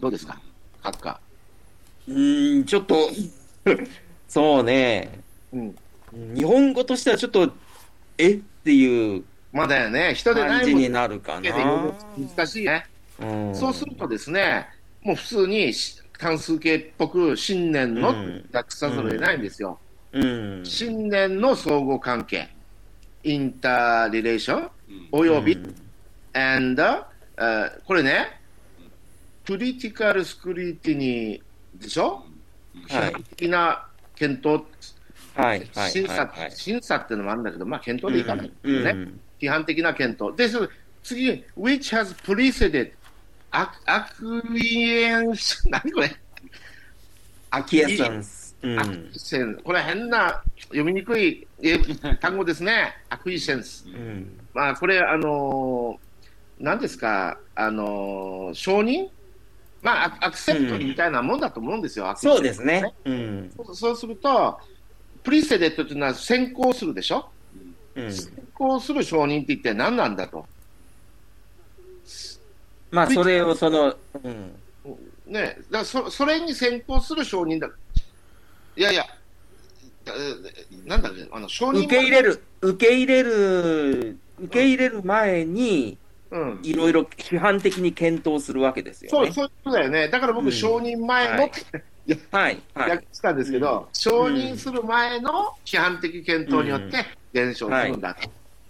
[SPEAKER 1] どうですか閣下。
[SPEAKER 2] うんちょっとそうね
[SPEAKER 1] うん。
[SPEAKER 2] 日本語としてはちょっとえっていう
[SPEAKER 1] まあだよね。人でな
[SPEAKER 2] 感
[SPEAKER 1] い
[SPEAKER 2] じ
[SPEAKER 1] も
[SPEAKER 2] に
[SPEAKER 1] の
[SPEAKER 2] なるか
[SPEAKER 1] だけ
[SPEAKER 2] な
[SPEAKER 1] で表現難しいね。
[SPEAKER 2] うん
[SPEAKER 1] そうするとですね、もう普通にし単数形っぽく信念の
[SPEAKER 2] うん
[SPEAKER 1] 訳さざるを得ないんですよ。
[SPEAKER 2] うん
[SPEAKER 1] 信念の相互関係、インターリレーション、
[SPEAKER 8] うん
[SPEAKER 1] および、
[SPEAKER 2] うん
[SPEAKER 1] and、uh, これね、クリティカルスクリティニーでしょ、批
[SPEAKER 2] はい
[SPEAKER 1] 判的な検討、
[SPEAKER 2] はいはい
[SPEAKER 1] 審査、
[SPEAKER 2] はいはい
[SPEAKER 1] 審査っていうのもあるんだけど、まあ、検討でいいかない、
[SPEAKER 2] うん
[SPEAKER 1] ね
[SPEAKER 2] うん
[SPEAKER 1] 批判的な検討。で、そ次、which has preceded、アクイエンス、 何これ、
[SPEAKER 2] アキエサンスうん
[SPEAKER 1] アクセンこれ変な、読みにくいえ単語です ね、アクイセンス。
[SPEAKER 2] うん
[SPEAKER 1] まあ、これ、あのー、何ですか、あのー承認まあ、アアクセプトみたいなもんだと思うんですよ、アクセプ
[SPEAKER 2] そ
[SPEAKER 1] ト
[SPEAKER 2] うですね。うん
[SPEAKER 1] そう。そうすると、プリセデットというのは先行するでしょ、
[SPEAKER 2] うん
[SPEAKER 1] 先行する承認って一体何なんだと。
[SPEAKER 2] まあそれをそのうん
[SPEAKER 1] ね、だからそそれに先行する承認だ。いやいや、だえなんだっけ、あの承認
[SPEAKER 2] 受け入れ。る受け入れる受け入れる前に
[SPEAKER 1] うん
[SPEAKER 2] いろいろ批判的に検討するわけですよ
[SPEAKER 1] そう、
[SPEAKER 2] ね。
[SPEAKER 1] そういうことだよね。だから僕、
[SPEAKER 2] うん
[SPEAKER 1] 承認前の
[SPEAKER 2] は
[SPEAKER 1] っ
[SPEAKER 2] い
[SPEAKER 1] て
[SPEAKER 2] はいはい
[SPEAKER 1] 訳したんですけど、承認する前の批判的検討によって減少するんだ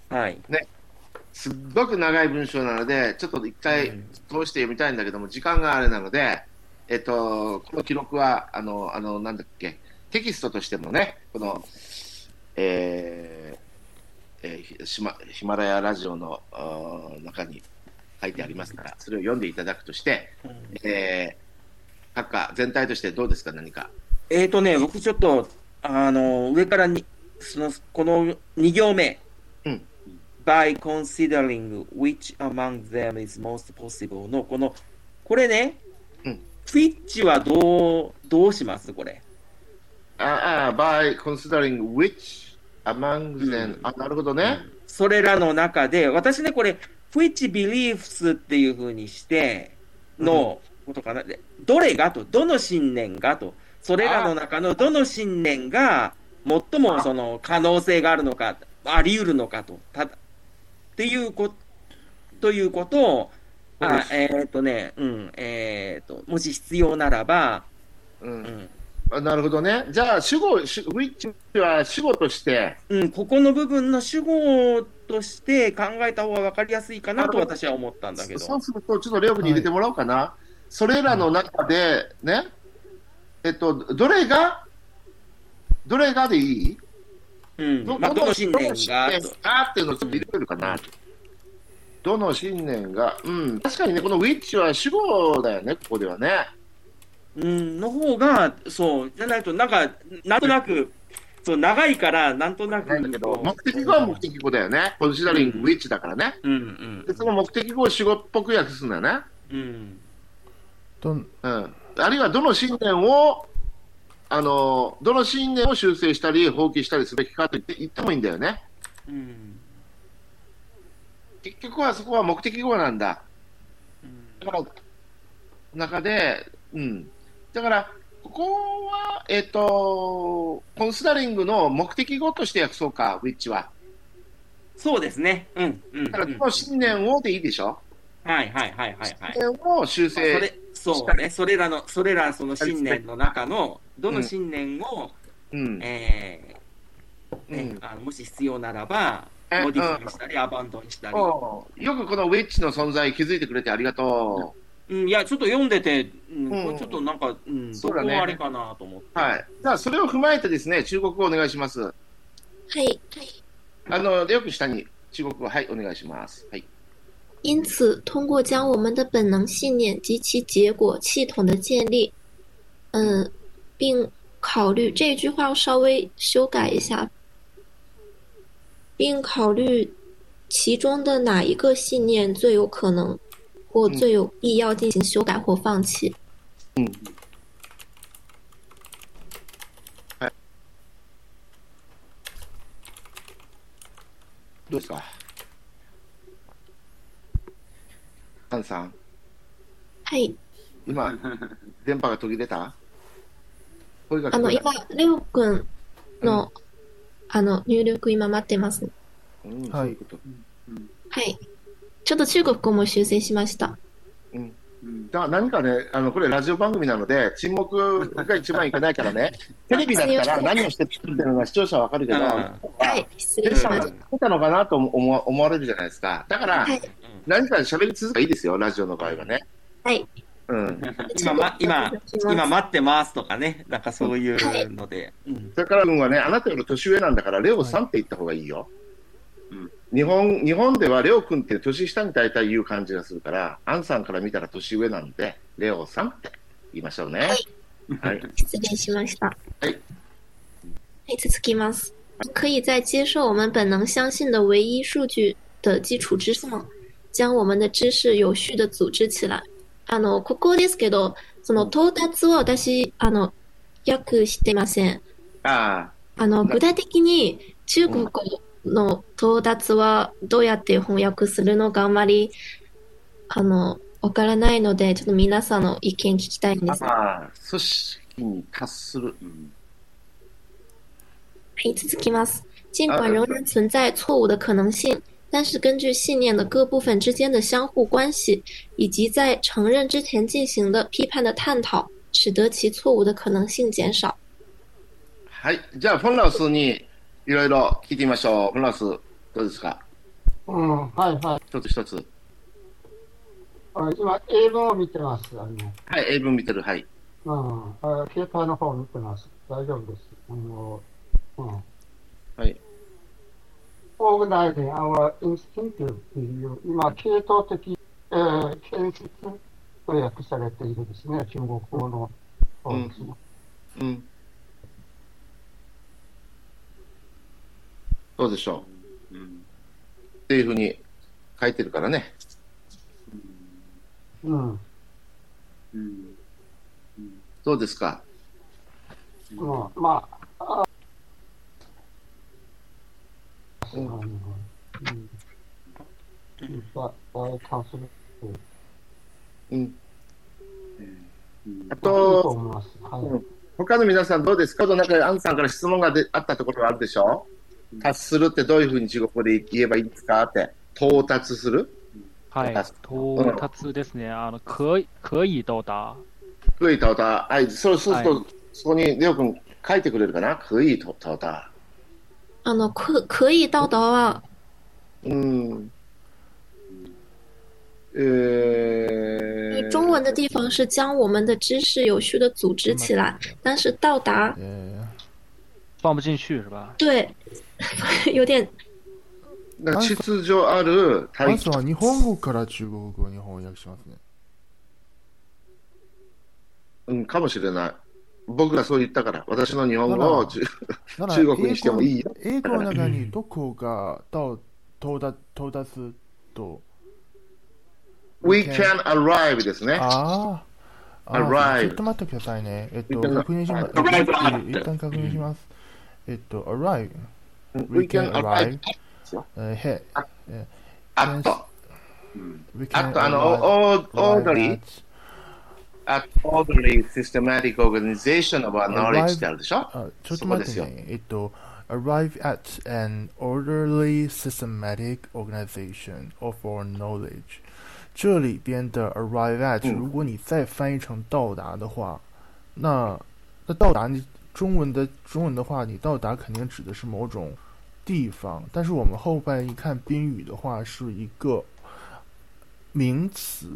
[SPEAKER 1] と、
[SPEAKER 2] はい。
[SPEAKER 1] すっごく長い文章なので、ちょっと一回
[SPEAKER 2] うん
[SPEAKER 1] 通して読みたいんだけども、時間があれなので、えっと、この記録は、あの、あの、なんだっけ、テキストとしてもね、この、えーえーひまヒマラヤラジオのあー中に書いてありますから、それを読んでいただくとして、えー、閣下全体としてどうですか、何か。
[SPEAKER 2] えーとね僕ちょっとあの上からにそのこの2行目
[SPEAKER 1] うん。
[SPEAKER 2] by considering which among them is most possible のこのこれね
[SPEAKER 1] うん
[SPEAKER 2] フィッチはどうどうしますこれ
[SPEAKER 1] ああ、by considering which among them、
[SPEAKER 2] うん
[SPEAKER 1] あ、なるほどね。
[SPEAKER 2] それらの中で、私ね、これ、which beliefs っていうふうにしてのことかな。でどれがと、どの信念がと、それらの中のどの信念が最もその可能性があるのか、あり得るのかと、ただ、っていうこと、ということを、あえーっ、とね、うん、えーっ、と、もし必要ならば、
[SPEAKER 1] う、
[SPEAKER 2] うんん、
[SPEAKER 1] あなるほどね。じゃあ、主語、主 which は主語として、
[SPEAKER 2] うん、ここの部分の主語として考えた方が分かりやすいかなと私は思ったんだけど。
[SPEAKER 1] そうすると、ちょっとレオ君に入れてもらおうかな。それらの中で、ね、えっと、どれが、どれがでいい
[SPEAKER 2] うん
[SPEAKER 1] ど
[SPEAKER 2] まあ、どの信
[SPEAKER 1] ど
[SPEAKER 2] 念
[SPEAKER 1] の
[SPEAKER 2] が
[SPEAKER 1] 信念がっていうのをちょっと入れてるかな。どの信念が、うん、確かにね、この which は主語だよね、ここではね。
[SPEAKER 2] うん、の方が、そう、じゃないと、なんか、なんとなく、そう、長いから、なんとなく。
[SPEAKER 1] なんだけど、
[SPEAKER 2] こう
[SPEAKER 1] 目的語は目的語だよね。コンシダリングウィッチだからね。
[SPEAKER 2] うん、うん
[SPEAKER 1] で、その目的語を主語っぽく訳すんだよね。
[SPEAKER 2] うん、
[SPEAKER 5] どん
[SPEAKER 1] うん。あるいはどの信念を、あのどの信念を修正したり放棄したりすべきかと言って言ってもいいんだよね。
[SPEAKER 2] うん。
[SPEAKER 1] 結局はそこは目的語なんだ。だから、中で、うん。だから、ここは、えっ、と、コンスダリングの目的語として訳そうか、ウィッチは。
[SPEAKER 2] そうですね。うん。うん。
[SPEAKER 1] だから、
[SPEAKER 2] うん
[SPEAKER 1] その信念をでいいでしょ。
[SPEAKER 2] はいはいはいはいはい。
[SPEAKER 1] 信念を修
[SPEAKER 2] それ
[SPEAKER 1] 正。
[SPEAKER 2] そうね、それらの、それらその信念の中の、どの信念を、
[SPEAKER 1] うん。
[SPEAKER 2] えー
[SPEAKER 1] う
[SPEAKER 2] ね
[SPEAKER 1] ん
[SPEAKER 2] あのもし必要ならば、
[SPEAKER 1] え
[SPEAKER 2] モディファイしたり、アバンドンしたり。
[SPEAKER 1] そうよくこのウィッチの存在気づいてくれてありがと
[SPEAKER 2] うん、いや、ちょっと読んでて、うん
[SPEAKER 1] うん
[SPEAKER 2] これちょっとなんか、うん、
[SPEAKER 1] そ
[SPEAKER 2] ど
[SPEAKER 1] う
[SPEAKER 2] こ
[SPEAKER 1] だね
[SPEAKER 2] あれかなと思って。
[SPEAKER 1] う。はい。じゃあ、それを踏まえてですね、中国語お願いします。
[SPEAKER 3] はい。
[SPEAKER 1] あの、よく下に中国語、はい、お願いします。はい。
[SPEAKER 3] 因此，通过将我们的本能信念及其结果系统的建立，嗯，并考虑这句话我稍微修改一下，并考虑其中的哪一个信念最有可能或
[SPEAKER 1] 嗯
[SPEAKER 3] 最有必要进行修改或放弃。
[SPEAKER 1] どうですかアンさん、
[SPEAKER 3] はい。
[SPEAKER 1] 今、電波が途切れた声が
[SPEAKER 3] あの、
[SPEAKER 1] 聞こ
[SPEAKER 3] 今、レオくんの、あの、入力今待ってますね。
[SPEAKER 1] えたうん、そ
[SPEAKER 5] はい
[SPEAKER 1] ういうこと。
[SPEAKER 3] はい。ちょっと中国語も修正しました。
[SPEAKER 8] うん
[SPEAKER 1] だ何かね、あの、これラジオ番組なので、沈黙が一番いけないから ね、テレビだったら何をして作ってるのか視聴者はわかるけど、
[SPEAKER 2] うん
[SPEAKER 3] はい。失
[SPEAKER 1] テ
[SPEAKER 3] 礼
[SPEAKER 1] レ
[SPEAKER 3] し
[SPEAKER 1] ビ
[SPEAKER 3] ま
[SPEAKER 1] が
[SPEAKER 3] した。
[SPEAKER 1] 作ったのかなと思わ思われるじゃないですか。だから、
[SPEAKER 3] はい。
[SPEAKER 1] 何か喋り続けばいいですよ、ラジオの場合はね。
[SPEAKER 3] はい。
[SPEAKER 1] うん。
[SPEAKER 2] 今、ま、今、今待ってますとかね、なんかそうい
[SPEAKER 3] はいう
[SPEAKER 2] ので。うん
[SPEAKER 1] それから君はね、あなたより年上なんだから、レオさんって言った方がいいよ。
[SPEAKER 8] うん
[SPEAKER 1] 日本日本ではレオ君って年下に大体言う感じがするから、アンさんから見たら年上なんで、レオさんって言いましょうね。はい。
[SPEAKER 3] 失礼しました。
[SPEAKER 1] はい
[SPEAKER 3] はい。続きます。可以在接受我们本能相信的唯一数据的基础之上，将我们的知识有序的组织起来。あの、ここですけど、その到達は私、あの、訳してません。
[SPEAKER 1] あ
[SPEAKER 3] あの、具体的に中国の到達はどうやって翻訳するのかあんまり、あの、わからないので、ちょっと皆さんの意見聞きたいんです
[SPEAKER 1] あ、。ああ、組織に達する。
[SPEAKER 8] うん
[SPEAKER 3] はい、続きます。尽管仍然存在错误的可能性，但是根据信念的各部分之间的相互关系，以及在承认之前进行的批判的探讨，使得其错误的可能性减少。
[SPEAKER 1] はい。じゃあ、フォンラウスにいろいろ聞いてみましょう。フォンラウス、どうですか
[SPEAKER 6] うん、はいはい。
[SPEAKER 1] 一つ一つ。
[SPEAKER 6] あ今、映画を見てます。あ
[SPEAKER 1] はい、英文見てる。はい。
[SPEAKER 6] の、うん、あ携帯の方を見てます。大丈夫です。あの、うん。
[SPEAKER 1] はい。
[SPEAKER 6] organizing our instinctive という、今、系統的、えー、建設と訳されているですね、中国語の方ですね。
[SPEAKER 1] うん。どうでしょう
[SPEAKER 8] うん
[SPEAKER 1] っていうふうに書いてるからね。
[SPEAKER 6] うん。
[SPEAKER 8] うん
[SPEAKER 1] どうですか
[SPEAKER 6] うん、まあ、あそうなのうん。だ大関する
[SPEAKER 1] うん。
[SPEAKER 8] うん
[SPEAKER 1] あ
[SPEAKER 6] といいと
[SPEAKER 1] と、
[SPEAKER 6] 思います。はい。
[SPEAKER 1] うん他の皆さんどうですかあとなんか、アンさんから質問がであったところがあるでしょ達するってどういうふうに中国語で言えばいいんですかって。到達する
[SPEAKER 4] はい
[SPEAKER 1] 到達。
[SPEAKER 4] 到達ですね。あの、可以、可以到達。
[SPEAKER 1] クイ到達。はい、そうそうすると、
[SPEAKER 4] は
[SPEAKER 1] そこにレオ君書いてくれるかなクイ到達。
[SPEAKER 3] あの、可可以到达は、
[SPEAKER 1] うん。えー、
[SPEAKER 3] 中文的地方是将我们的知识有序的组织起来，但是到达
[SPEAKER 5] え
[SPEAKER 4] 放不进去是吧？
[SPEAKER 3] 对有点
[SPEAKER 1] なんか秩序ある
[SPEAKER 5] ー、ア
[SPEAKER 1] 体
[SPEAKER 5] ンさんは日本語から中国語に翻訳しますね。
[SPEAKER 1] うん、かもしれない。僕がそう言ったから、私の日本語を
[SPEAKER 5] あら
[SPEAKER 1] 中
[SPEAKER 5] な
[SPEAKER 1] 中国にしてもいいよ
[SPEAKER 5] 英語英語の中にどこが到到達到達と
[SPEAKER 1] We can arrive ですね。
[SPEAKER 5] あああ
[SPEAKER 1] arrive
[SPEAKER 5] ちょっと待ってくださいね。えっと、
[SPEAKER 1] We can-
[SPEAKER 5] 確認します。
[SPEAKER 1] arrive
[SPEAKER 5] 一旦確認します。えっと、arrive,
[SPEAKER 1] We can arrive.
[SPEAKER 5] えー、へ、え
[SPEAKER 1] あっと、
[SPEAKER 5] we
[SPEAKER 1] あ
[SPEAKER 5] can
[SPEAKER 1] とあの、オーオードリー at orderly systematic organization of our knowledge ってあるでしょ
[SPEAKER 5] あちょっと待って
[SPEAKER 1] そこ
[SPEAKER 5] ね。えっと、arrive at an orderly systematic organization of our knowledge。这里边的 arrive at，、
[SPEAKER 1] 嗯
[SPEAKER 5] 如果你再翻译成到达的话，那那到达你中文的中文的话，你到达肯定指的是某种地方，但是我们后半一看宾语的话，是一个名词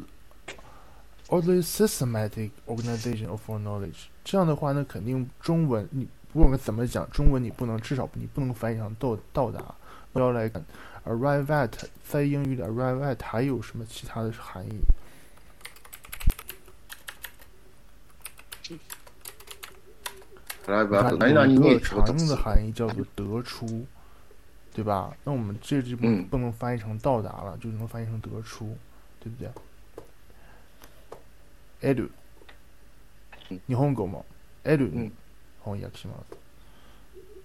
[SPEAKER 5] orderly systematic organization of our knowledge。这样的话呢，肯定中文你不管怎么讲，中文你不能至少你不能翻译成到到达，不要来看 arrive at，在英语的 arrive at 还有什么其他的含义？
[SPEAKER 1] Arrive at 哎
[SPEAKER 5] 它
[SPEAKER 1] 何々
[SPEAKER 5] 有一
[SPEAKER 1] に
[SPEAKER 5] 个
[SPEAKER 1] 到
[SPEAKER 5] 常用
[SPEAKER 1] 達
[SPEAKER 5] 的含义叫做得出，对吧？那我们这就不
[SPEAKER 1] 嗯
[SPEAKER 5] 不能翻译成到达了，就能翻译成得出，对不对？える、
[SPEAKER 1] 嗯
[SPEAKER 5] 日本語もえるに翻訳します。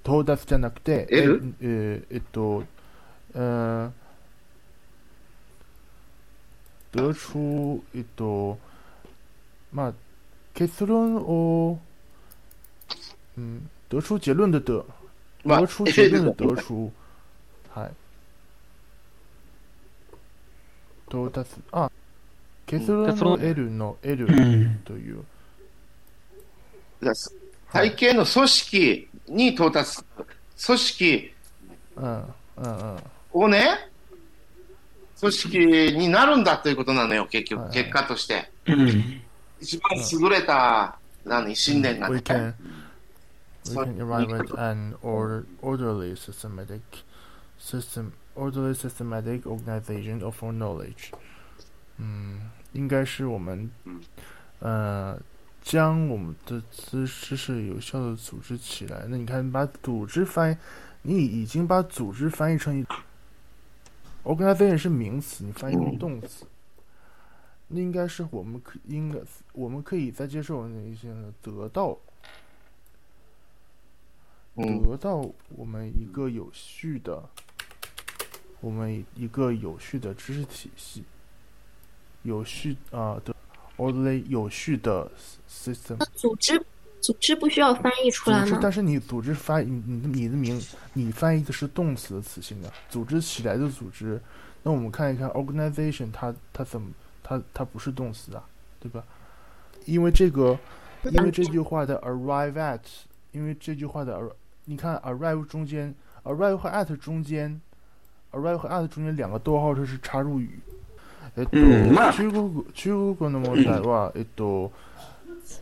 [SPEAKER 5] 到達じゃなくて、
[SPEAKER 1] 得る
[SPEAKER 5] ええーえっと、呃、得出、えっと、まあ、結論を、嗯，得出结论的得，
[SPEAKER 1] まあ
[SPEAKER 5] 得出结论的
[SPEAKER 1] 得
[SPEAKER 5] 得出，はい。到達あ、結論の得るの得るという、
[SPEAKER 1] 体系の組織に到達する組織
[SPEAKER 5] うんうんうん。
[SPEAKER 1] をね組織になるんだということなのよ結
[SPEAKER 5] は
[SPEAKER 1] 局
[SPEAKER 5] い
[SPEAKER 1] 結果として
[SPEAKER 2] うん
[SPEAKER 1] 一番優れた何信念が
[SPEAKER 5] We
[SPEAKER 1] ね
[SPEAKER 5] can we
[SPEAKER 1] そう
[SPEAKER 5] can arrive at an or, orderly systematic system orderly systematic organization of our knowledge。嗯，应该是我们
[SPEAKER 8] 嗯
[SPEAKER 5] 呃将我们的知知识有效的组织起来。那你看，把组织翻译，你已经把组织翻译成一 organization 是名词，你翻译成动词。那应该是我们可应该我们可以再接受那一些呢得到
[SPEAKER 1] うん
[SPEAKER 5] 得到我们一个有序的，我们一个有序的知识体系，有序啊的 orderly 有序的 system
[SPEAKER 3] 那组织组织不需要翻译出
[SPEAKER 5] 组
[SPEAKER 3] 来
[SPEAKER 5] 织，
[SPEAKER 3] 吗
[SPEAKER 5] 但？是你组织翻你你你的名你翻译的是动词的词性的，组织起来的组织，那我们看一看 organization 它它怎么它它不是动词啊，对吧？因为这个因为这句话的 arrive at，因为这句话的 ar- 你看 arrive 中间 arrive 和 at 中间 arrive 和 at 中间两个逗号这是插入语。哎えっと、
[SPEAKER 2] うんまあ
[SPEAKER 5] 中国語中国語の問題は、えっと、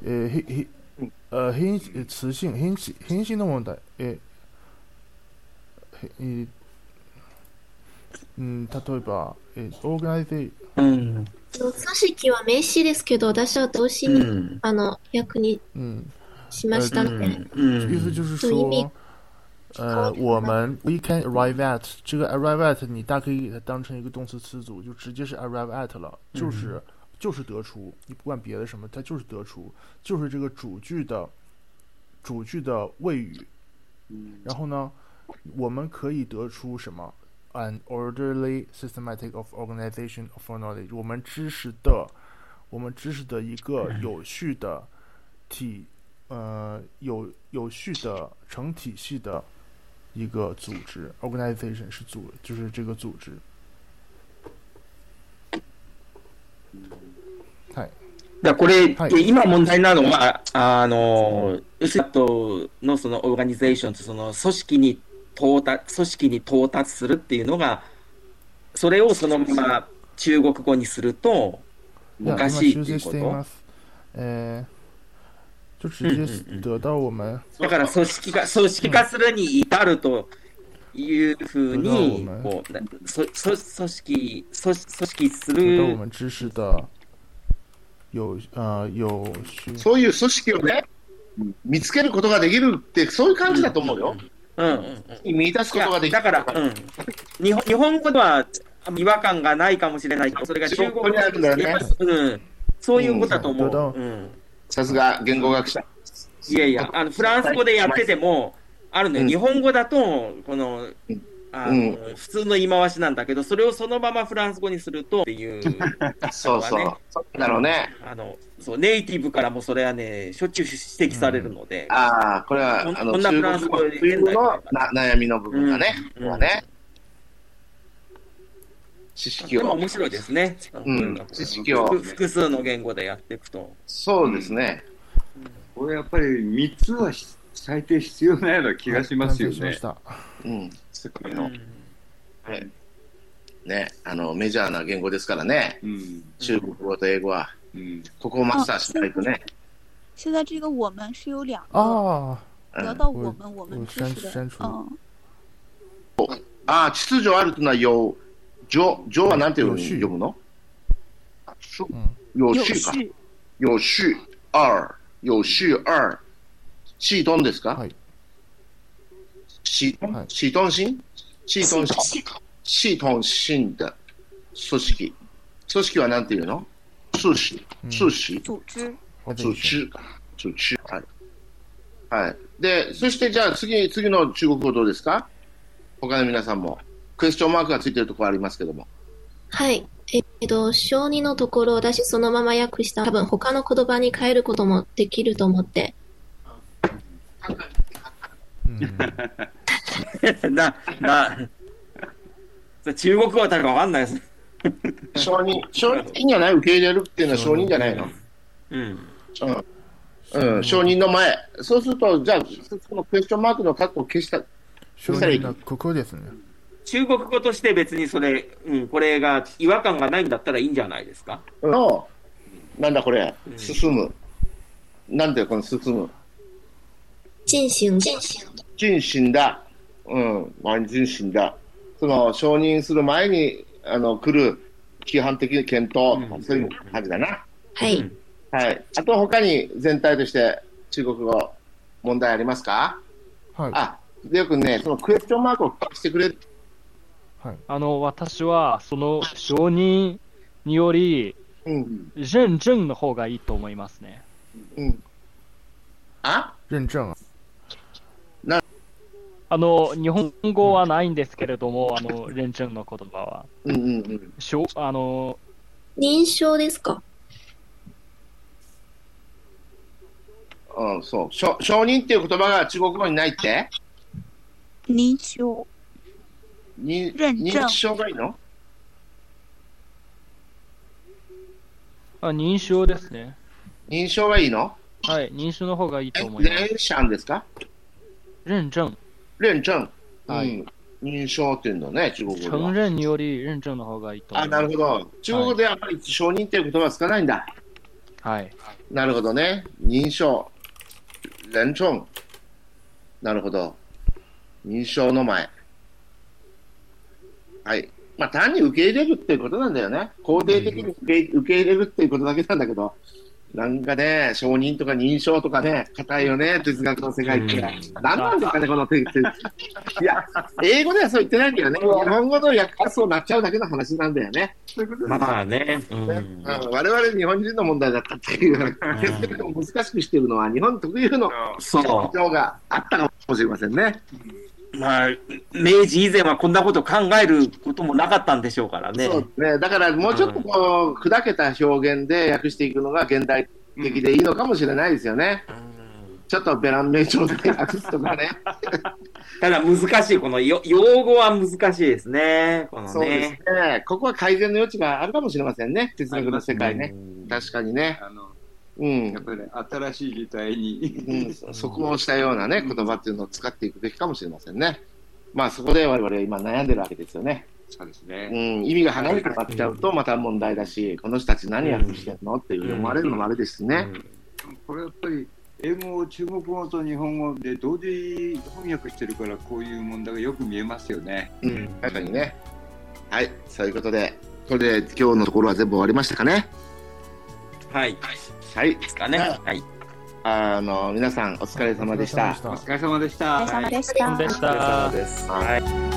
[SPEAKER 5] えー、ひひ哎呃，変えー词性変詞変詞の問題えーへえーうん例えばえーオーガナイゼー
[SPEAKER 2] うん
[SPEAKER 3] 組織は名詞ですけど、私は動詞
[SPEAKER 2] う
[SPEAKER 3] に
[SPEAKER 2] ん
[SPEAKER 3] あの役に
[SPEAKER 5] 嗯
[SPEAKER 3] しましたので、
[SPEAKER 2] うん
[SPEAKER 5] 意思就是
[SPEAKER 3] 注意力
[SPEAKER 5] 说，呃，我们 we can arrive at 这个 arrive at 你大可以给它当成一个动词词组，就直接是 arrive at 了，就是、就是得出，你不管别的什么，它就是得出，就是这个主句的主句的谓语。然后呢，我们可以得出什么？An orderly systematic of organization of our knowledge，我们知识的，我们知识的一个有序的体呃有有序的成体系的一个组织，organization 是组，就是这个组织。
[SPEAKER 2] だからこれ、
[SPEAKER 5] はい
[SPEAKER 2] で今問題なのは、あの、ウスラトのそのオーガニゼーションとその組織に到達、組織に到達するっていうのが、それをそのまま中国語にすると、
[SPEAKER 5] いや
[SPEAKER 2] おか
[SPEAKER 5] 今
[SPEAKER 2] しい
[SPEAKER 5] 修
[SPEAKER 2] っていう
[SPEAKER 5] 正し
[SPEAKER 2] こ
[SPEAKER 5] てい
[SPEAKER 2] と
[SPEAKER 5] ます。えー、呃就直
[SPEAKER 2] うんうんう
[SPEAKER 5] 接
[SPEAKER 2] ん
[SPEAKER 5] 得到我们
[SPEAKER 2] だから組織化、組織化するに至るというふうに、
[SPEAKER 5] うん
[SPEAKER 2] こうなそそ組織、組織組織す
[SPEAKER 5] 得到我
[SPEAKER 2] る、
[SPEAKER 5] 们知识的有呃有序
[SPEAKER 1] そういう組織をね見つけることができるってそういう感じだと思うよ
[SPEAKER 2] うんうんうん。
[SPEAKER 1] 見出す
[SPEAKER 2] い
[SPEAKER 1] こ
[SPEAKER 2] や
[SPEAKER 1] とができ
[SPEAKER 2] だ
[SPEAKER 1] る
[SPEAKER 2] から、うん、日本日本語ではあ違和感がないかもしれないけどそれが中国
[SPEAKER 1] 中
[SPEAKER 2] 語
[SPEAKER 1] 国語にあるんだよね
[SPEAKER 2] やっぱうん、そういうことだと思
[SPEAKER 5] 得到
[SPEAKER 2] う。うん、
[SPEAKER 1] さすが言語学者。
[SPEAKER 2] いやいや、あのフランス語でやってても、あるのよ、
[SPEAKER 1] うん
[SPEAKER 2] 日本語だと、この、あの普通の言い回しなんだけど、それをそのままフランス語にするとっていう、
[SPEAKER 1] そうそう。そうだろうね。
[SPEAKER 2] あのそうネイティブからもそれはね、しょっちゅう指摘されるので、
[SPEAKER 1] ああ、これは
[SPEAKER 2] こん
[SPEAKER 1] あ
[SPEAKER 2] こ
[SPEAKER 1] の
[SPEAKER 2] んな
[SPEAKER 1] 中
[SPEAKER 2] フランス
[SPEAKER 1] 国
[SPEAKER 2] 語
[SPEAKER 1] 語
[SPEAKER 2] で
[SPEAKER 1] 特有のな悩みの部分がね。こ
[SPEAKER 2] うん
[SPEAKER 1] れはね。知識
[SPEAKER 2] でも
[SPEAKER 1] を。
[SPEAKER 2] 面白いですね、
[SPEAKER 1] うん知識を
[SPEAKER 2] 複複数の言語でやっていくと。
[SPEAKER 1] そうですね。
[SPEAKER 8] これやっぱり3つはし最低必要なような気がしますよ
[SPEAKER 5] 完成しま
[SPEAKER 8] ね
[SPEAKER 5] し。た。
[SPEAKER 1] うん。世界
[SPEAKER 2] う
[SPEAKER 1] の
[SPEAKER 2] ん
[SPEAKER 1] ね、あのメジャーな言語ですからね。
[SPEAKER 8] うん。
[SPEAKER 1] 中国語と英語は。
[SPEAKER 8] うん。
[SPEAKER 1] ここをマスターしないとね。
[SPEAKER 7] 现在这个我们是有两个，
[SPEAKER 5] 啊，
[SPEAKER 1] うん
[SPEAKER 7] 得到我们我们支持
[SPEAKER 5] 我删
[SPEAKER 7] 的
[SPEAKER 5] 删，除
[SPEAKER 7] 嗯，
[SPEAKER 1] ああ、秩序あるというのは、よ、じょ、じょはなんていうふうに
[SPEAKER 5] よし
[SPEAKER 1] 読むのしょよ
[SPEAKER 7] 有
[SPEAKER 1] しか。
[SPEAKER 7] 序，
[SPEAKER 1] 有序二，有序二，气动ですか？
[SPEAKER 5] はい
[SPEAKER 1] 系
[SPEAKER 5] はい
[SPEAKER 1] 系統心，系統心，系統心的組織，組織はなんていうの？組織、
[SPEAKER 5] ん
[SPEAKER 1] 組織、
[SPEAKER 7] 组织，
[SPEAKER 5] 嗯我得
[SPEAKER 1] 組
[SPEAKER 5] 去
[SPEAKER 1] 織、組織はい。はい。で、そしてじゃあ次次の中国語どうですか？他の皆さんもクエスチョンマークがついてるところありますけども。
[SPEAKER 3] はい。えっと、小2のところを出し、そのまま訳した多分他の言葉に変えることもできると思って。
[SPEAKER 5] 嗯，
[SPEAKER 2] な、な、それ中国語は誰かわかんないです。
[SPEAKER 1] 承認、承認いいんじゃない？受け入れるっていうのは承認じゃないの？
[SPEAKER 2] うん。
[SPEAKER 1] うん、うん承認の前。そうすると、じゃあ、そのクエスチョンマークのカットを消した。
[SPEAKER 5] 承認のここですね。
[SPEAKER 2] 中国語として別にそれ、うん、これが違和感がないんだったらいいんじゃないですか。
[SPEAKER 1] の、なんだこれ
[SPEAKER 2] う、ん
[SPEAKER 1] 進む。なんだよ、この進む。
[SPEAKER 3] 進行。
[SPEAKER 1] 人心だ。うん、万人心だ。その、承認する前に、あの、来る、規範的検討、
[SPEAKER 2] うん
[SPEAKER 1] そういう感じだな。
[SPEAKER 3] はい。
[SPEAKER 1] はい。あと、他に全体として、中国語、問題ありますか
[SPEAKER 5] はい。
[SPEAKER 1] あ、よくね、そのクエスチョンマークを消してくれる。
[SPEAKER 4] あの、私は、その承認により、
[SPEAKER 1] うん、
[SPEAKER 4] 認证の方がいいと思いますね。
[SPEAKER 1] うん。あ
[SPEAKER 5] 认证啊，
[SPEAKER 4] あの、日本語はないんですけれども、あの、認証の言葉は。
[SPEAKER 1] うんうんうん。
[SPEAKER 4] しょあの、
[SPEAKER 3] 認証ですか
[SPEAKER 1] うん、そう。承承認っていう言葉が中国語にないって
[SPEAKER 7] 泥鳅，
[SPEAKER 1] に
[SPEAKER 7] 認証
[SPEAKER 1] 認知症がいいの
[SPEAKER 4] あ認証ですね。
[SPEAKER 1] 認証がいいの
[SPEAKER 4] はい、認証の方がいいと思います。
[SPEAKER 1] 連社ですか
[SPEAKER 4] 認証。
[SPEAKER 1] 連正。
[SPEAKER 4] は
[SPEAKER 1] うん。認証っていうのね、中国語
[SPEAKER 4] 承
[SPEAKER 1] では。
[SPEAKER 4] 認により認証の方がいいと思
[SPEAKER 1] あ、
[SPEAKER 4] います。
[SPEAKER 1] なるほど。中国語ではあまり承認っていう言葉は使わないんだ。
[SPEAKER 4] はい。
[SPEAKER 1] なるほどね。認証。連正。なるほど。認証の前。はい。まあ単に受け入れるっていうことなんだよね。肯定的に受け受け入れるっていうことだけなんだけど。なんかね、承認とか認証とかね、硬いよね、哲学の世界って。何なんですかね、この哲学。いや、英語ではそう言ってないんだよね。日本語の訳がそうなっちゃうだけの話なんだよね。
[SPEAKER 2] まあね。うん。
[SPEAKER 1] うん我々日本人の問題だったっていう、哲学を難しくしてるのは、日本特有の
[SPEAKER 2] そ
[SPEAKER 1] 情があったかもしれませんね。
[SPEAKER 2] う。まあ、明治以前はこんなこと考えることもなかったんでしょうからね。
[SPEAKER 1] そうですねだから、もうちょっとこう砕けた表現で訳していくのが現代的でいいのかもしれないですよね。ちょっとベラン名称で訳すとかね。
[SPEAKER 2] ただ難しい、このよ用語は難しいですね。このね。
[SPEAKER 1] そうですね。ここは改善の余地があるかもしれませんね。哲学の世界ね。確かにね。
[SPEAKER 8] あの、
[SPEAKER 1] うん
[SPEAKER 8] やっ。ぱり新しい時代
[SPEAKER 1] う
[SPEAKER 8] に。
[SPEAKER 1] ん、そこをしたようなね、言葉っていうのを使っていくべきかもしれませんね。まあそこで我々は今悩んでるわけですよね。
[SPEAKER 8] そうです
[SPEAKER 1] う
[SPEAKER 8] ね。
[SPEAKER 1] ん、意味が離れてなっちゃうとまた問題だし、この人たち何やってきてんのっていうふうに思われるのもあれですしね。
[SPEAKER 8] これやっぱり英語を中国語と日本語で同時翻訳してるからこういう問題がよく見えますよね。
[SPEAKER 2] うん。
[SPEAKER 1] 確かにね。はい、そういうことで、これで今日のところは全部終わりましたかね。
[SPEAKER 2] はい。
[SPEAKER 1] はい
[SPEAKER 2] で、すかね。はい。
[SPEAKER 1] あの皆さんお疲れ様でした。
[SPEAKER 8] お疲れ様でした。
[SPEAKER 7] 来上面再见。
[SPEAKER 4] でした。
[SPEAKER 1] はい